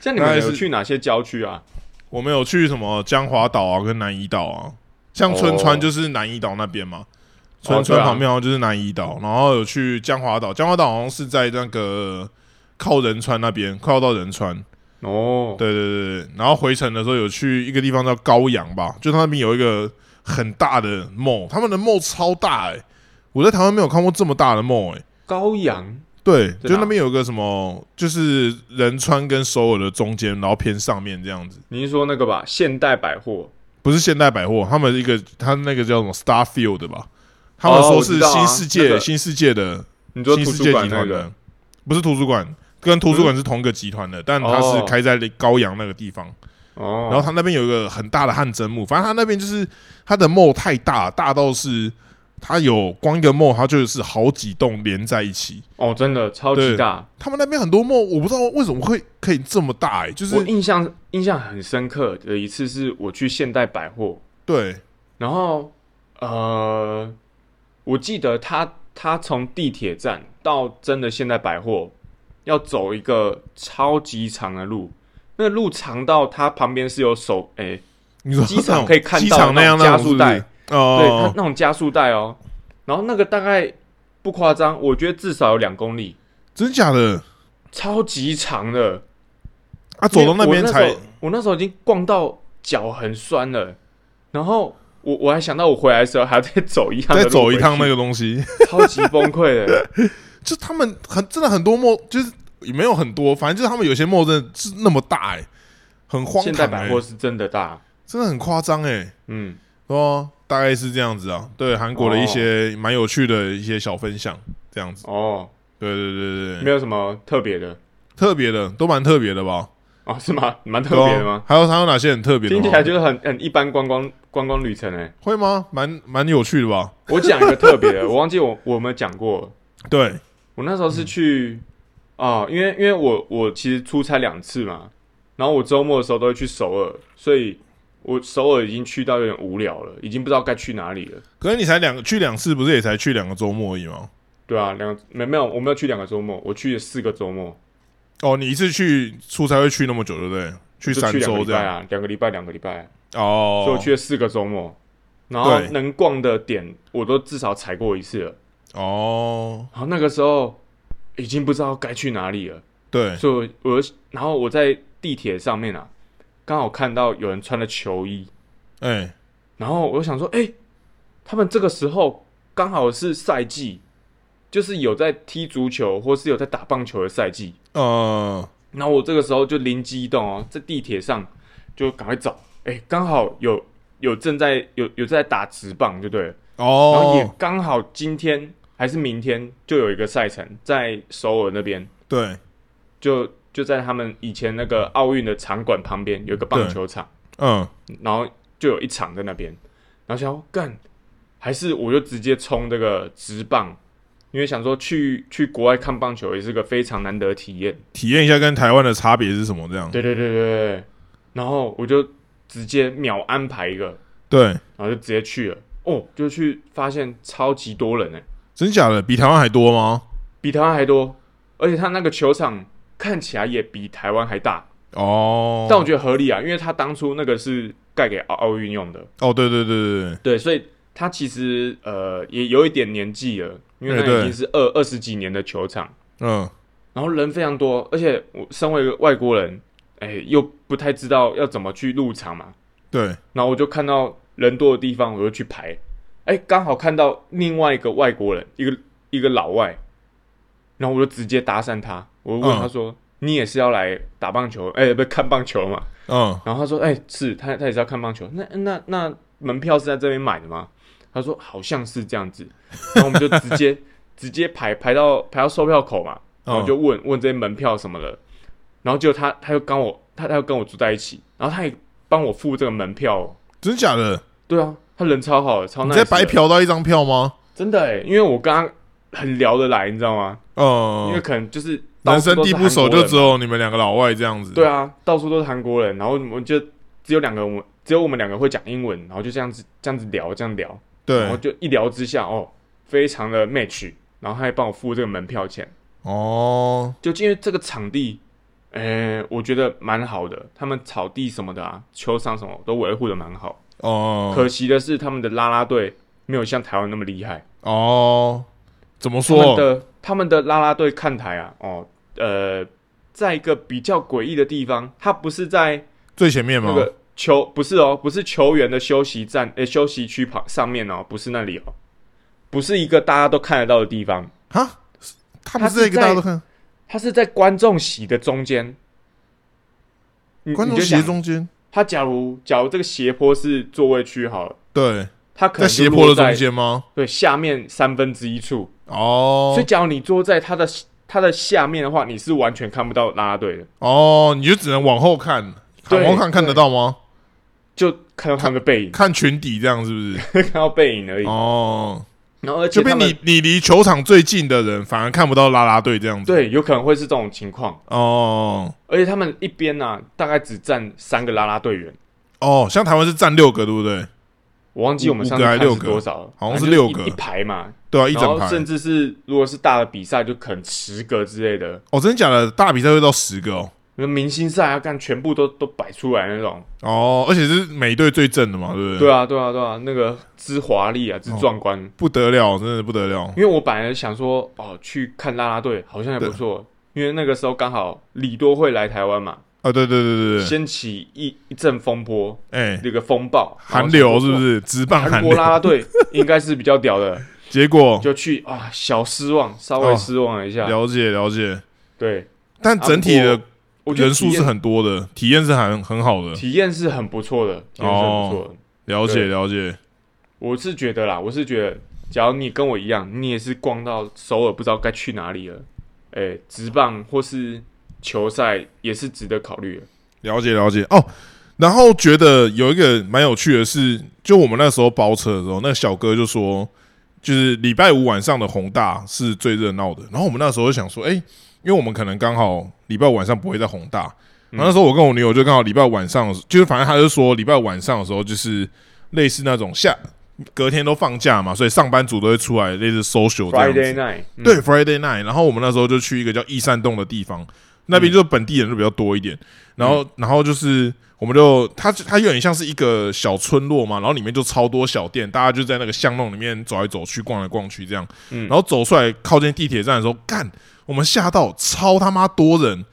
[SPEAKER 2] 像你们
[SPEAKER 1] 那还
[SPEAKER 2] 有
[SPEAKER 1] 是
[SPEAKER 2] 去哪些郊区啊？
[SPEAKER 1] 我们有去什么江华岛啊，跟南怡岛啊，像春川
[SPEAKER 2] 哦
[SPEAKER 1] 就是南怡岛那边嘛，
[SPEAKER 2] 哦
[SPEAKER 1] 春川
[SPEAKER 2] 对啊
[SPEAKER 1] 旁边好像就是南怡岛，然后有去江华岛，江华岛好像是在那个靠仁川那边，快要到仁川，
[SPEAKER 2] 哦，
[SPEAKER 1] 对对对对，然后回程的时候有去一个地方叫高阳吧，就那边有一个很大的 mall，他们的 mall 超大哎、我在台湾没有看过这么大的 mall 哎、
[SPEAKER 2] 高阳
[SPEAKER 1] 对，就
[SPEAKER 2] 在哪
[SPEAKER 1] 那边有个什么，就是仁川跟首尔的中间，然后偏上面这样子。
[SPEAKER 2] 你是说那个吧？现代百货
[SPEAKER 1] 不是现代百货，他们一个他那个叫什么 Starfield 吧？他们
[SPEAKER 2] 哦
[SPEAKER 1] 说
[SPEAKER 2] 我
[SPEAKER 1] 是
[SPEAKER 2] 知道啊
[SPEAKER 1] 新世界、
[SPEAKER 2] 那个
[SPEAKER 1] 新世界的
[SPEAKER 2] 你说
[SPEAKER 1] 新
[SPEAKER 2] 图
[SPEAKER 1] 世
[SPEAKER 2] 书
[SPEAKER 1] 界集
[SPEAKER 2] 馆那
[SPEAKER 1] 团
[SPEAKER 2] 个
[SPEAKER 1] 的，不是图书馆，跟图书馆是同个集团的，但它是
[SPEAKER 2] 哦
[SPEAKER 1] 开在高阳那个地方。
[SPEAKER 2] 哦，
[SPEAKER 1] 然后它那边有一个很大的汗蒸幕，反正它那边就是它的 mall 太大，大到是它有光一个 mall，它就是好几栋连在一起。
[SPEAKER 2] 哦，真的超级
[SPEAKER 1] 对
[SPEAKER 2] 大，
[SPEAKER 1] 他们那边很多 mall，我不知道为什么会可以这么大、欸，就是
[SPEAKER 2] 我印象印象很深刻的一次是我去现代百货，
[SPEAKER 1] 对，
[SPEAKER 2] 然后呃，我记得他他从地铁站到真的现代百货要走一个超级长的路，那个路长到它旁边是有手诶、
[SPEAKER 1] 你说
[SPEAKER 2] 机场
[SPEAKER 1] 那种
[SPEAKER 2] 可以看到
[SPEAKER 1] 机场那样
[SPEAKER 2] 那
[SPEAKER 1] 那
[SPEAKER 2] 种加
[SPEAKER 1] 种
[SPEAKER 2] 速
[SPEAKER 1] 是不是
[SPEAKER 2] 带对，它
[SPEAKER 1] 哦，
[SPEAKER 2] 那种加速带哦，然后那个大概不夸张，我觉得至少有两公里，
[SPEAKER 1] 真假的？
[SPEAKER 2] 超级长的。
[SPEAKER 1] 啊，走到那边才
[SPEAKER 2] 因为我那时候我那时候已经逛到脚很酸了，然后我我还想到我回来的时候还要再走一趟的
[SPEAKER 1] 再
[SPEAKER 2] 路
[SPEAKER 1] 走一趟
[SPEAKER 2] 回
[SPEAKER 1] 那
[SPEAKER 2] 去，
[SPEAKER 1] 个东西，
[SPEAKER 2] 超级崩溃的。
[SPEAKER 1] 就他们很真的很多墨，就是也没有很多，反正就是他们有些墨真的是那么大哎、很 荒
[SPEAKER 2] 现代
[SPEAKER 1] 唐
[SPEAKER 2] 百
[SPEAKER 1] 哎、
[SPEAKER 2] 货是真的大，
[SPEAKER 1] 真的很夸张哎，
[SPEAKER 2] 嗯，
[SPEAKER 1] 哦，大概是这样子啊。对韩国的一些蛮有趣的一些小分享，这样子，
[SPEAKER 2] 哦，
[SPEAKER 1] 对对对对
[SPEAKER 2] 没
[SPEAKER 1] 对，
[SPEAKER 2] 有什么特别的
[SPEAKER 1] 特别的都蛮特别的吧？
[SPEAKER 2] 哦，是吗？蛮特
[SPEAKER 1] 对啊
[SPEAKER 2] 别的吗？
[SPEAKER 1] 还有还有哪些很特别的
[SPEAKER 2] 听
[SPEAKER 1] 吗？
[SPEAKER 2] 起来就是很很一般观光观光旅程哎、
[SPEAKER 1] 会吗？蛮蛮有趣的吧？
[SPEAKER 2] 我讲一个特别的，我忘记我我有没有讲过了，
[SPEAKER 1] 对，
[SPEAKER 2] 我那时候是
[SPEAKER 1] 嗯
[SPEAKER 2] 去啊、因为因为我我其实出差两次嘛，然后我周末的时候都会去首尔，所以我首尔已经去到有点无聊了，已经不知道该去哪里了。
[SPEAKER 1] 可是你才两个去两次，不是也才去两个周末而已吗？
[SPEAKER 2] 对啊，两没没有，我没有去两个周末，我去了四个周末，
[SPEAKER 1] 哦，你一次去出差会去那么久，对不对？去
[SPEAKER 2] 就
[SPEAKER 1] 三
[SPEAKER 2] 去两个
[SPEAKER 1] 周
[SPEAKER 2] 礼
[SPEAKER 1] 这
[SPEAKER 2] 拜
[SPEAKER 1] 样
[SPEAKER 2] 啊，两个礼拜，两个礼拜，
[SPEAKER 1] 哦，
[SPEAKER 2] 所以我去了四个周末，然后
[SPEAKER 1] 对
[SPEAKER 2] 能逛的点我都至少踩过一次了。
[SPEAKER 1] 哦，
[SPEAKER 2] 然后那个时候已经不知道该去哪里了，
[SPEAKER 1] 对，
[SPEAKER 2] 所以我我然后我在地铁上面啊，刚好看到有人穿了球衣，
[SPEAKER 1] 哎、
[SPEAKER 2] 然后我就想说，哎、他们这个时候刚好是赛季，就是有在踢足球或是有在打棒球的赛季。
[SPEAKER 1] 呃，
[SPEAKER 2] 然后我这个时候就灵机一动哦，在地铁上就赶快找，哎、刚好有有正在有有在打直棒，就对了。然后也
[SPEAKER 1] 哦，
[SPEAKER 2] 刚好今天还是明天就有一个赛程在首尔那边，
[SPEAKER 1] 对，
[SPEAKER 2] 就就在他们以前那个奥运的场馆旁边有一个棒
[SPEAKER 1] 对
[SPEAKER 2] 球场，
[SPEAKER 1] 嗯，
[SPEAKER 2] 然后就有一场在那边，然后想说干，还是我就直接冲这个直棒，因为想说去去国外看棒球也是个非常难得的体验。
[SPEAKER 1] 体验一下跟台湾的差别是什么？这样，
[SPEAKER 2] 对对对对对，然后我就直接秒安排一个，
[SPEAKER 1] 对，
[SPEAKER 2] 然后就直接去了。哦，就去发现超级多人哎、
[SPEAKER 1] 真假的比台湾还多吗？
[SPEAKER 2] 比台湾还多，而且他那个球场看起来也比台湾还大，
[SPEAKER 1] 哦，
[SPEAKER 2] 但我觉得合理啊，因为他当初那个是盖给奥奥运用的，
[SPEAKER 1] 哦，对对对对对，
[SPEAKER 2] 对，所以他其实呃也有一点年纪了，因为
[SPEAKER 1] 哎
[SPEAKER 2] 那已
[SPEAKER 1] 对
[SPEAKER 2] 经是二二十几年的球场，
[SPEAKER 1] 嗯，
[SPEAKER 2] 然后人非常多，而且我身为一个外国人，哎、又不太知道要怎么去入场嘛，
[SPEAKER 1] 对，
[SPEAKER 2] 然后我就看到人多的地方，我就去排。哎，刚好看到另外一个外国人，一个一个老外，然后我就直接搭讪他，我就问
[SPEAKER 1] 嗯
[SPEAKER 2] 他说：“你也是要来打棒球？哎，不是看棒球嘛
[SPEAKER 1] 嗯，？”
[SPEAKER 2] 然后他说：“哎，是他，他也是要看棒球。那那那门票是在这边买的吗？”他说：“好像是这样子。”然后我们就直接 直接排排到排到售票口嘛，然后
[SPEAKER 1] 嗯
[SPEAKER 2] 就问问这些门票什么的，然后结果他他又跟我他他又跟我住在一起，然后他也帮我付这个门票、哦。
[SPEAKER 1] 真假的？
[SPEAKER 2] 对啊，他人超好的，超 nice
[SPEAKER 1] 你
[SPEAKER 2] 的。
[SPEAKER 1] 在白嫖到一张票吗？
[SPEAKER 2] 真的哎、因为我跟他很聊得来，你知道吗？因为
[SPEAKER 1] 嗯，
[SPEAKER 2] 可能就是到
[SPEAKER 1] 人
[SPEAKER 2] 处
[SPEAKER 1] 生
[SPEAKER 2] 都是
[SPEAKER 1] 地不熟，
[SPEAKER 2] 韩国人
[SPEAKER 1] 就只有你们两个老外这样子。
[SPEAKER 2] 对，啊，到处都是韩国人，然后我们就只有两个，我们只有我们两个会讲英文，然后就这样子这样子聊，这样聊，然后
[SPEAKER 1] 对，
[SPEAKER 2] 就一聊之下哦，非常的 match，然后他还帮我付这个门票钱，
[SPEAKER 1] 哦，
[SPEAKER 2] 就因为这个场地。哎、我觉得蛮好的，他们草地什么的啊，球场什么都维护的蛮好。
[SPEAKER 1] 哦，
[SPEAKER 2] 可惜的是，他们的啦啦队没有像台湾那么厉害。
[SPEAKER 1] 哦，怎么
[SPEAKER 2] 他们
[SPEAKER 1] 说？
[SPEAKER 2] 的他们的啦啦队看台啊，哦，呃，在一个比较诡异的地方，它不是在
[SPEAKER 1] 最前面吗
[SPEAKER 2] 那？个球，不是哦，不是球员的休息站，呃，休息区旁上面哦，不是那里哦，不是一个大家都看得到的地方，
[SPEAKER 1] 哈，他
[SPEAKER 2] 他
[SPEAKER 1] 不是在
[SPEAKER 2] 是
[SPEAKER 1] 一个大家都看
[SPEAKER 2] 它是在观众席的中间。你
[SPEAKER 1] 观众
[SPEAKER 2] 你就
[SPEAKER 1] 席
[SPEAKER 2] 想
[SPEAKER 1] 的中间，
[SPEAKER 2] 他假如假如这个斜坡是座位区好了，
[SPEAKER 1] 对，
[SPEAKER 2] 他可
[SPEAKER 1] 在
[SPEAKER 2] 能
[SPEAKER 1] 斜
[SPEAKER 2] 就
[SPEAKER 1] 坡
[SPEAKER 2] 落
[SPEAKER 1] 的
[SPEAKER 2] 在
[SPEAKER 1] 中，间吗？
[SPEAKER 2] 对，下面三分之一处。所
[SPEAKER 1] 哦
[SPEAKER 2] 以，假如你坐在他的他的下面的话，你是完全看不到啦啦队的。
[SPEAKER 1] 哦，你就只能往后看，
[SPEAKER 2] 对
[SPEAKER 1] 往后看看得到吗？
[SPEAKER 2] 就看到他们的背影，
[SPEAKER 1] 看裙底这样是不是？
[SPEAKER 2] 看到背影而已。
[SPEAKER 1] 哦，
[SPEAKER 2] 然后而且
[SPEAKER 1] 就
[SPEAKER 2] 他
[SPEAKER 1] 变
[SPEAKER 2] 们
[SPEAKER 1] 你你离球场最近的人反而看不到啦啦队这样子。，
[SPEAKER 2] 对有可能会是这种情况，
[SPEAKER 1] 哦
[SPEAKER 2] 而且他们一边呢、大概只站三个啦啦队员，
[SPEAKER 1] 哦，像台湾是站六个，对不对？
[SPEAKER 2] 我忘记我们上次
[SPEAKER 1] 五五个还
[SPEAKER 2] 看
[SPEAKER 1] 是六
[SPEAKER 2] 是
[SPEAKER 1] 个
[SPEAKER 2] 多少了，
[SPEAKER 1] 好像是
[SPEAKER 2] 反正就
[SPEAKER 1] 六个
[SPEAKER 2] 一一排嘛，
[SPEAKER 1] 对啊，一
[SPEAKER 2] 然
[SPEAKER 1] 整
[SPEAKER 2] 后
[SPEAKER 1] 排。
[SPEAKER 2] 甚至是如果是大的比赛，就可能十个之类的，
[SPEAKER 1] 哦，真的假的？大比赛会到十个哦。
[SPEAKER 2] 那明星赛啊，干全部都都摆出来那种。
[SPEAKER 1] 哦，而且是每队最正的嘛，对不哦对？
[SPEAKER 2] 对啊，对啊，对啊，那个之华丽啊，之壮观。
[SPEAKER 1] 不得了，真的不得了。
[SPEAKER 2] 因为我本来想说，哦，去看啦啦队好像也不
[SPEAKER 1] 对
[SPEAKER 2] 错，因为那个时候刚好李多会来台湾嘛，
[SPEAKER 1] 啊，对对对对对，
[SPEAKER 2] 掀起一一阵风波，
[SPEAKER 1] 哎，
[SPEAKER 2] 这个风暴，
[SPEAKER 1] 韩流是不
[SPEAKER 2] 是？
[SPEAKER 1] 是？直棒
[SPEAKER 2] 韩
[SPEAKER 1] 韩
[SPEAKER 2] 国
[SPEAKER 1] 流。
[SPEAKER 2] 啦啦队应该是比较屌的，
[SPEAKER 1] 结果
[SPEAKER 2] 就啊去啊，小失望，稍微
[SPEAKER 1] 哦
[SPEAKER 2] 失望了一下。
[SPEAKER 1] 了解了解，
[SPEAKER 2] 对，
[SPEAKER 1] 但整体
[SPEAKER 2] 啊
[SPEAKER 1] 的
[SPEAKER 2] 不过我觉得
[SPEAKER 1] 人数
[SPEAKER 2] 体
[SPEAKER 1] 是
[SPEAKER 2] 验
[SPEAKER 1] 很多的，体验是很很好的。
[SPEAKER 2] 体验是很不错的，体验是很不错的。
[SPEAKER 1] 哦了解
[SPEAKER 2] 对
[SPEAKER 1] 了解，
[SPEAKER 2] 我是觉得啦，我是觉得，假如你跟我一样，你也是逛到首尔不知道该去哪里了，哎、直棒或是球赛也是值得考虑的。
[SPEAKER 1] 了解了解哦。然后觉得有一个蛮有趣的是，就我们那时候包车的时候，那个小哥就说，就是礼拜五晚上的宏大是最热闹的。然后我们那时候就想说，哎、因为我们可能刚好礼拜五晚上不会在宏大。然后那时候我跟我女友就刚好礼拜五晚上的时候，就是反正她就说礼拜五晚上的时候，就是类似那种下隔天都放假嘛，所以上班族都会出来类似 social 这样子
[SPEAKER 2] Friday night，嗯、
[SPEAKER 1] 对，Friday night。然后我们那时候就去一个叫易善洞的地方，那边就本地人就比较多一点。然后，然后就是我们就它它有点像是一个小村落嘛，然后里面就超多小店，大家就在那个巷弄里面走来走去、逛来逛去这样。
[SPEAKER 2] 嗯
[SPEAKER 1] 然后走出来靠近地铁站的时候，干，我们吓到超他妈多人。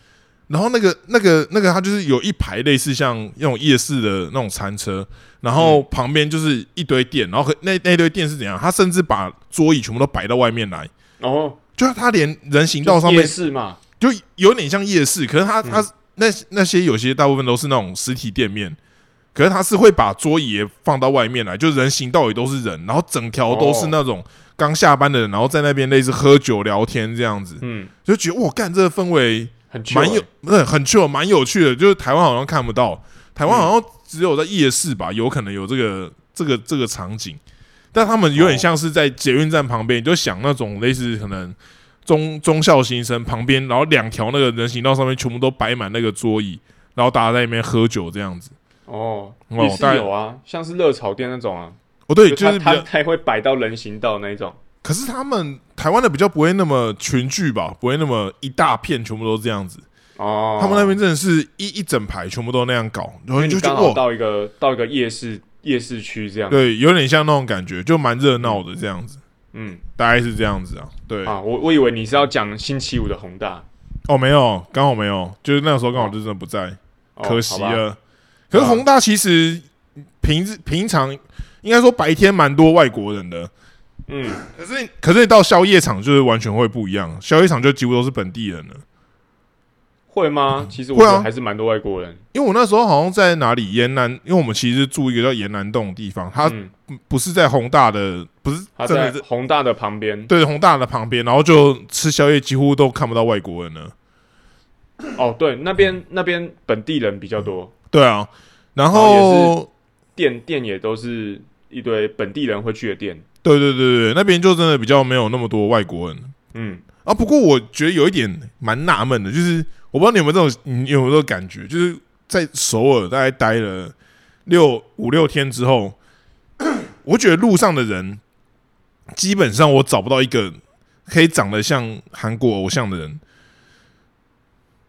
[SPEAKER 1] 然后那个那个那个，它就是有一排类似像那种夜市的那种餐车，然后旁边就是一堆店，然后和那那堆店是怎样？他甚至把桌椅全部都摆到外面来，
[SPEAKER 2] 然后
[SPEAKER 1] 就是他连人行道
[SPEAKER 2] 就
[SPEAKER 1] 上
[SPEAKER 2] 夜
[SPEAKER 1] 面
[SPEAKER 2] 市哦嗯嘛，
[SPEAKER 1] 就有点像夜市，可是他他、那那些有些大部分都是那种实体店面，可是他是会把桌椅也放到外面来，就人行道也都是人，然后整条都是那种刚下班的人，然后在那边类似喝酒聊天这样子，
[SPEAKER 2] 嗯，
[SPEAKER 1] 就觉得哇，干这个氛围
[SPEAKER 2] 很 chill
[SPEAKER 1] 蛮
[SPEAKER 2] 欸
[SPEAKER 1] 有，不是很 chill，蛮有趣的，就是台湾好像看不到，台湾好像只有在夜市吧，有可能有这个这个这个场景，但他们有
[SPEAKER 2] 哦
[SPEAKER 1] 点像是在捷运站旁边，你就想那种类似可能中中校新生旁边，然后两条那个人行道上面全部都摆满那个桌椅，然后大家在那边喝酒这样子。
[SPEAKER 2] 哦，
[SPEAKER 1] 哦
[SPEAKER 2] 也是
[SPEAKER 1] 当然
[SPEAKER 2] 有啊，像是热炒店那种啊，
[SPEAKER 1] 哦，对，就
[SPEAKER 2] 它
[SPEAKER 1] 是比
[SPEAKER 2] 它
[SPEAKER 1] 较，
[SPEAKER 2] 它也会摆到人行道那一种，
[SPEAKER 1] 可是他们台湾的比较不会那么群聚吧，不会那么一大片全部都这样子。
[SPEAKER 2] 哦，
[SPEAKER 1] 他们那边真的是一一整排全部都那样搞，然
[SPEAKER 2] 因
[SPEAKER 1] 后
[SPEAKER 2] 为
[SPEAKER 1] 你就
[SPEAKER 2] 你
[SPEAKER 1] 觉
[SPEAKER 2] 刚
[SPEAKER 1] 得
[SPEAKER 2] 好
[SPEAKER 1] 哇，
[SPEAKER 2] 到一个到一个夜市夜市区这样，
[SPEAKER 1] 对，有点像那种感觉，就蛮热闹的这样子，
[SPEAKER 2] 嗯
[SPEAKER 1] 大概是这样子啊。对，
[SPEAKER 2] 啊，我我以为你是要讲星期五的宏大，
[SPEAKER 1] 哦，没有，刚好没有，就是那个时候刚好就真的不在，
[SPEAKER 2] 哦
[SPEAKER 1] 可惜，
[SPEAKER 2] 好吧啊
[SPEAKER 1] 了。可是宏大其实平日平常应该说白天蛮多外国人的，
[SPEAKER 2] 嗯，
[SPEAKER 1] 可是可是你到宵夜场就是完全会不一样，宵夜场就几乎都是本地人了。
[SPEAKER 2] 会吗？其实我
[SPEAKER 1] 会
[SPEAKER 2] 觉
[SPEAKER 1] 啊
[SPEAKER 2] 得还是蛮多外国人，
[SPEAKER 1] 因为我那时候好像在哪里沿南，因为我们其实是住一个叫沿南洞的地方，它
[SPEAKER 2] 嗯，
[SPEAKER 1] 不是在宏大的，不是
[SPEAKER 2] 他
[SPEAKER 1] 真
[SPEAKER 2] 在
[SPEAKER 1] 的是
[SPEAKER 2] 宏大的旁边，
[SPEAKER 1] 对宏大的旁边，然后就吃宵夜几乎都看不到外国人了。
[SPEAKER 2] 哦，对，那边那边本地人比较多，
[SPEAKER 1] 对啊，然
[SPEAKER 2] 然后
[SPEAKER 1] 后
[SPEAKER 2] 店店也都是一堆本地人会去的店，
[SPEAKER 1] 对对对对，那边就真的比较没有那么多外国人
[SPEAKER 2] 嗯，
[SPEAKER 1] 啊。不过我觉得有一点蛮纳闷的，就是我不知道你有没有这种，你有没有这种感觉，就是在首尔大概待了六五六天之后，我觉得路上的人基本上我找不到一个可以长得像韩国偶像的人。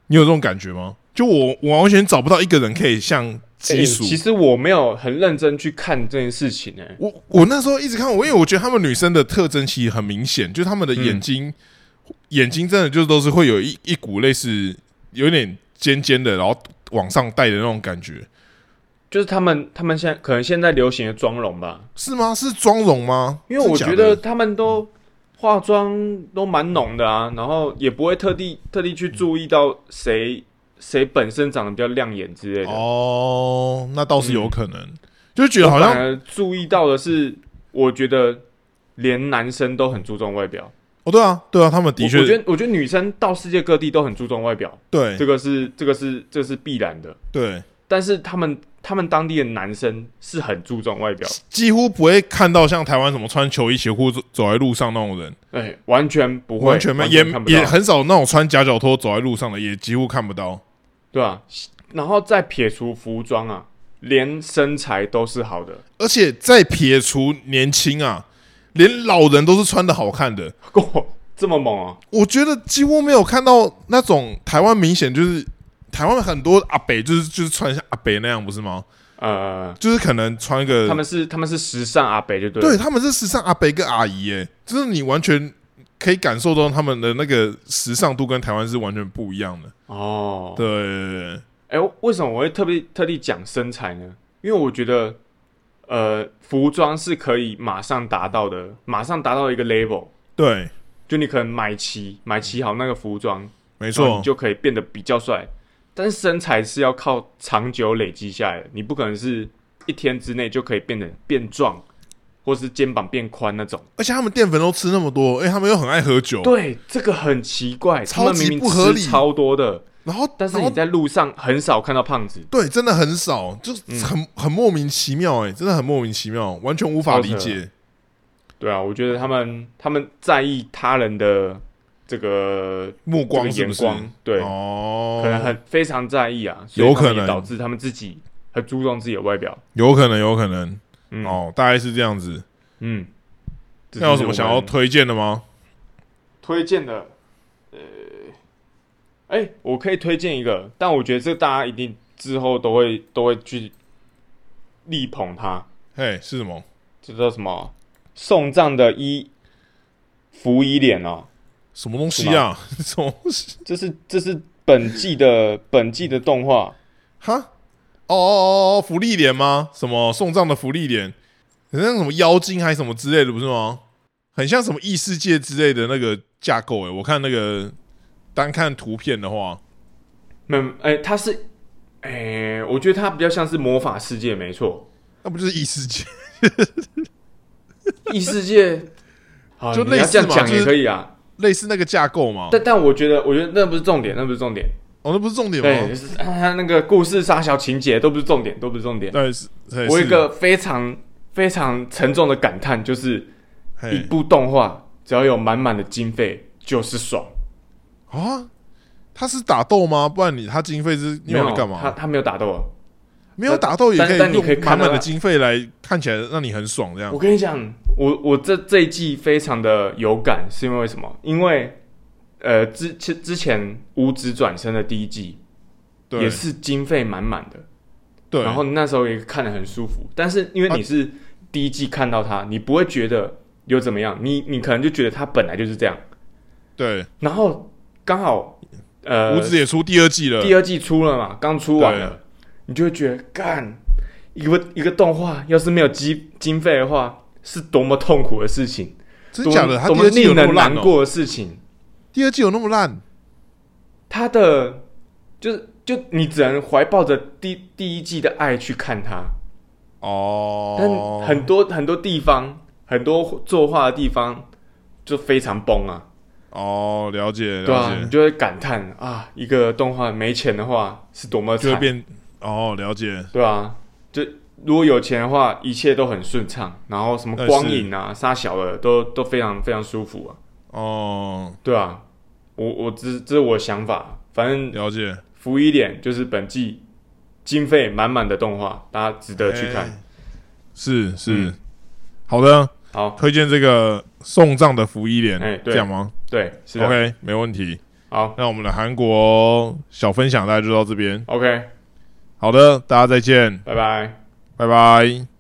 [SPEAKER 1] 你有这种感觉吗？就我，我完全找不到一个人可以像
[SPEAKER 2] 欸
[SPEAKER 1] 基属、
[SPEAKER 2] 其实我没有很认真去看这件事情、欸，
[SPEAKER 1] 我我那时候一直看，我因为我觉得他们女生的特征其实很明显，就是他们的眼睛，眼睛真的就都是会有一一股类似有点尖尖的，然后往上带的那种感觉，
[SPEAKER 2] 就是他们他们现在可能现在流行的妆容吧，
[SPEAKER 1] 是吗？是妆容吗？
[SPEAKER 2] 因为我
[SPEAKER 1] 真假
[SPEAKER 2] 觉
[SPEAKER 1] 的
[SPEAKER 2] 得他们都化妆都蛮浓的啊，然后也不会特地特地去注意到谁谁本身长得比较亮眼之类的，
[SPEAKER 1] 哦，那倒是有可能，就觉得好
[SPEAKER 2] 嗯我反
[SPEAKER 1] 像
[SPEAKER 2] 而注意到的是，我觉得连男生都很注重外表，
[SPEAKER 1] 哦，对啊，对啊，他们的
[SPEAKER 2] 我我觉
[SPEAKER 1] 确
[SPEAKER 2] 得我觉得女生到世界各地都很注重外表，
[SPEAKER 1] 对
[SPEAKER 2] 这个是这个是这个是必然的，
[SPEAKER 1] 对，
[SPEAKER 2] 但是他们他们当地的男生是很注重外表的。
[SPEAKER 1] 几乎不会看到像台湾什么穿球衣鞋裤走走在路上那种人，
[SPEAKER 2] 哎，完全不会，
[SPEAKER 1] 完全没也
[SPEAKER 2] 看不到
[SPEAKER 1] 也很少那种穿夹脚拖走在路上的，也几乎看不到。
[SPEAKER 2] 对啊。然后再撇除服装啊，连身材都是好的。
[SPEAKER 1] 而且再撇除年轻啊，连老人都是穿的好看的。
[SPEAKER 2] 哇，这么猛啊！
[SPEAKER 1] 我觉得几乎没有看到那种台湾明显就是台湾很多阿北就是就是穿像阿北那样，不是吗？
[SPEAKER 2] 呃，
[SPEAKER 1] 就是可能穿一个
[SPEAKER 2] 他们是他们是时尚阿北，就对了。
[SPEAKER 1] 对他们是时尚阿北跟阿姨耶，就是你完全可以感受到他们的那个时尚度跟台湾是完全不一样的。
[SPEAKER 2] 哦，
[SPEAKER 1] 对对对对
[SPEAKER 2] 哎，我为什么我会特别特地讲身材呢？因为我觉得，呃，服装是可以马上达到的，马上达到一个 level，
[SPEAKER 1] 对，
[SPEAKER 2] 就你可能买齐买齐好那个服装，
[SPEAKER 1] 没
[SPEAKER 2] 然后
[SPEAKER 1] 错
[SPEAKER 2] 哦你，就可以变得比较帅。但是身材是要靠长久累积下来的，你不可能是一天之内就可以变得变壮，或是肩膀变宽那种。
[SPEAKER 1] 而且他们淀粉都吃那么多，哎，他们又很爱喝酒，
[SPEAKER 2] 对，这个很奇怪，他
[SPEAKER 1] 超
[SPEAKER 2] 们
[SPEAKER 1] 级
[SPEAKER 2] 明明
[SPEAKER 1] 不合理
[SPEAKER 2] 吃超多的，
[SPEAKER 1] 然后
[SPEAKER 2] 但是
[SPEAKER 1] 然后
[SPEAKER 2] 你在路上很少看到胖子，
[SPEAKER 1] 对，真的很少，就是
[SPEAKER 2] 嗯
[SPEAKER 1] 很、很莫名其妙、欸，哎，真的很莫名其妙，完全无法理
[SPEAKER 2] 超
[SPEAKER 1] 解。
[SPEAKER 2] 对啊，我觉得他们他们在意他人的这个
[SPEAKER 1] 目
[SPEAKER 2] 这个
[SPEAKER 1] 光是
[SPEAKER 2] 眼
[SPEAKER 1] 不是？
[SPEAKER 2] 光，对，
[SPEAKER 1] 哦，
[SPEAKER 2] 可能很非常在意啊，所以
[SPEAKER 1] 有
[SPEAKER 2] 他们
[SPEAKER 1] 可
[SPEAKER 2] 也
[SPEAKER 1] 能
[SPEAKER 2] 导致他们自己很注重自己的外表。
[SPEAKER 1] 有可能，有可能、
[SPEAKER 2] 嗯
[SPEAKER 1] 哦，大概是这样子。
[SPEAKER 2] 嗯，这
[SPEAKER 1] 那有
[SPEAKER 2] 就是
[SPEAKER 1] 什么想
[SPEAKER 2] 我
[SPEAKER 1] 要
[SPEAKER 2] 们
[SPEAKER 1] 推荐的吗？
[SPEAKER 2] 推荐的？呃，哎、我可以推荐一个，但我觉得这大家一定之后都会都会去力捧他，
[SPEAKER 1] 嘿，是什么？
[SPEAKER 2] 这叫什么？送葬的衣服衣脸哦，
[SPEAKER 1] 什么东西啊？ 什么东西？
[SPEAKER 2] 这是这是本季的 本季的动画，
[SPEAKER 1] 哈？哦哦哦哦，福利脸吗？什么送葬的福利脸？很像什么妖精还是什么之类的，不是吗？很像什么异世界之类的那个架构欸诶、我看那个单看图片的话，
[SPEAKER 2] 没有哎、它是哎、我觉得它比较像是魔法世界，没错，
[SPEAKER 1] 那不就是异世界？
[SPEAKER 2] 异世界。好，
[SPEAKER 1] 就
[SPEAKER 2] 啊你
[SPEAKER 1] 类
[SPEAKER 2] 要
[SPEAKER 1] 似
[SPEAKER 2] 这样
[SPEAKER 1] 嘛
[SPEAKER 2] 讲
[SPEAKER 1] 就
[SPEAKER 2] 也
[SPEAKER 1] 是
[SPEAKER 2] 可以啊，
[SPEAKER 1] 类似那个架构吗？
[SPEAKER 2] 但但我觉得，我觉得那不是重点，那不是重点。
[SPEAKER 1] 哦，那不是重点
[SPEAKER 2] 对，
[SPEAKER 1] 吗
[SPEAKER 2] 就？是他那个故事大小情节都不是重点，都不是重点。
[SPEAKER 1] 对，是，对
[SPEAKER 2] 我有
[SPEAKER 1] 是
[SPEAKER 2] 一个非常非常沉重的感叹，就是一
[SPEAKER 1] 嘿
[SPEAKER 2] 部动画只要有满满的经费就是爽。
[SPEAKER 1] 啊，他是打斗吗？不然你他经费是
[SPEAKER 2] 没
[SPEAKER 1] 用
[SPEAKER 2] 有
[SPEAKER 1] 来干
[SPEAKER 2] 他
[SPEAKER 1] 嘛？哦
[SPEAKER 2] 他没有打斗啊。
[SPEAKER 1] 没有打斗也
[SPEAKER 2] 但
[SPEAKER 1] 可以
[SPEAKER 2] 但你可以
[SPEAKER 1] 用满
[SPEAKER 2] 看到
[SPEAKER 1] 满的
[SPEAKER 2] 他
[SPEAKER 1] 经费来看起来让你很爽这样
[SPEAKER 2] 我。跟你讲，我我这这一季非常的有感，是因为什么？因为呃，之之之前五指转身的第一季也
[SPEAKER 1] 对
[SPEAKER 2] 是经费满满的，
[SPEAKER 1] 对，
[SPEAKER 2] 然后那时候也看得很舒服，但是因为你是第一季看到它，你不会觉得有怎么样，你你可能就觉得它本来就是这样。
[SPEAKER 1] 对，
[SPEAKER 2] 然后刚好呃
[SPEAKER 1] 五，指也出第二季了。
[SPEAKER 2] 第二季出了嘛，刚出完了，你就会觉得干一个一个动画要是没有经经费的话，是多么痛苦的事情，
[SPEAKER 1] 真假的？他
[SPEAKER 2] 多
[SPEAKER 1] 第
[SPEAKER 2] 么
[SPEAKER 1] 二季有
[SPEAKER 2] 令
[SPEAKER 1] 那么
[SPEAKER 2] 人
[SPEAKER 1] 烂
[SPEAKER 2] 难
[SPEAKER 1] 哦、
[SPEAKER 2] 过的事情。
[SPEAKER 1] 第二季有那么烂？
[SPEAKER 2] 它的就是就你只能怀抱着第第一季的爱去看它。
[SPEAKER 1] 哦，
[SPEAKER 2] 但很多很多地方，很多作画的地方就非常崩啊，
[SPEAKER 1] 哦，了解了
[SPEAKER 2] 对啊，
[SPEAKER 1] 解
[SPEAKER 2] 你，就会感叹啊，一个动画没钱的话是多么
[SPEAKER 1] 就会
[SPEAKER 2] 惨，
[SPEAKER 1] 变哦，了解，
[SPEAKER 2] 对啊，就如果有钱的话，一切都很顺畅，然后什么
[SPEAKER 1] 那
[SPEAKER 2] 光
[SPEAKER 1] 呃是
[SPEAKER 2] 影啊、沙小的都都非常非常舒服啊，
[SPEAKER 1] 哦，
[SPEAKER 2] 对啊，我我这这是我的想法，反正
[SPEAKER 1] 了解，
[SPEAKER 2] 浮一点就是本季经费满满的动画，大家值得去看。
[SPEAKER 1] 哎是是、
[SPEAKER 2] 嗯
[SPEAKER 1] 好的，
[SPEAKER 2] 好，
[SPEAKER 1] 推荐这个送葬的福一脸，
[SPEAKER 2] 哎对
[SPEAKER 1] 这样吗
[SPEAKER 2] 对，是的
[SPEAKER 1] ？OK，没问题。
[SPEAKER 2] 好
[SPEAKER 1] 那我们的韩国小分享大家就到这边。
[SPEAKER 2] ，OK，
[SPEAKER 1] 好的，大家再见，
[SPEAKER 2] 拜拜。
[SPEAKER 1] 拜拜。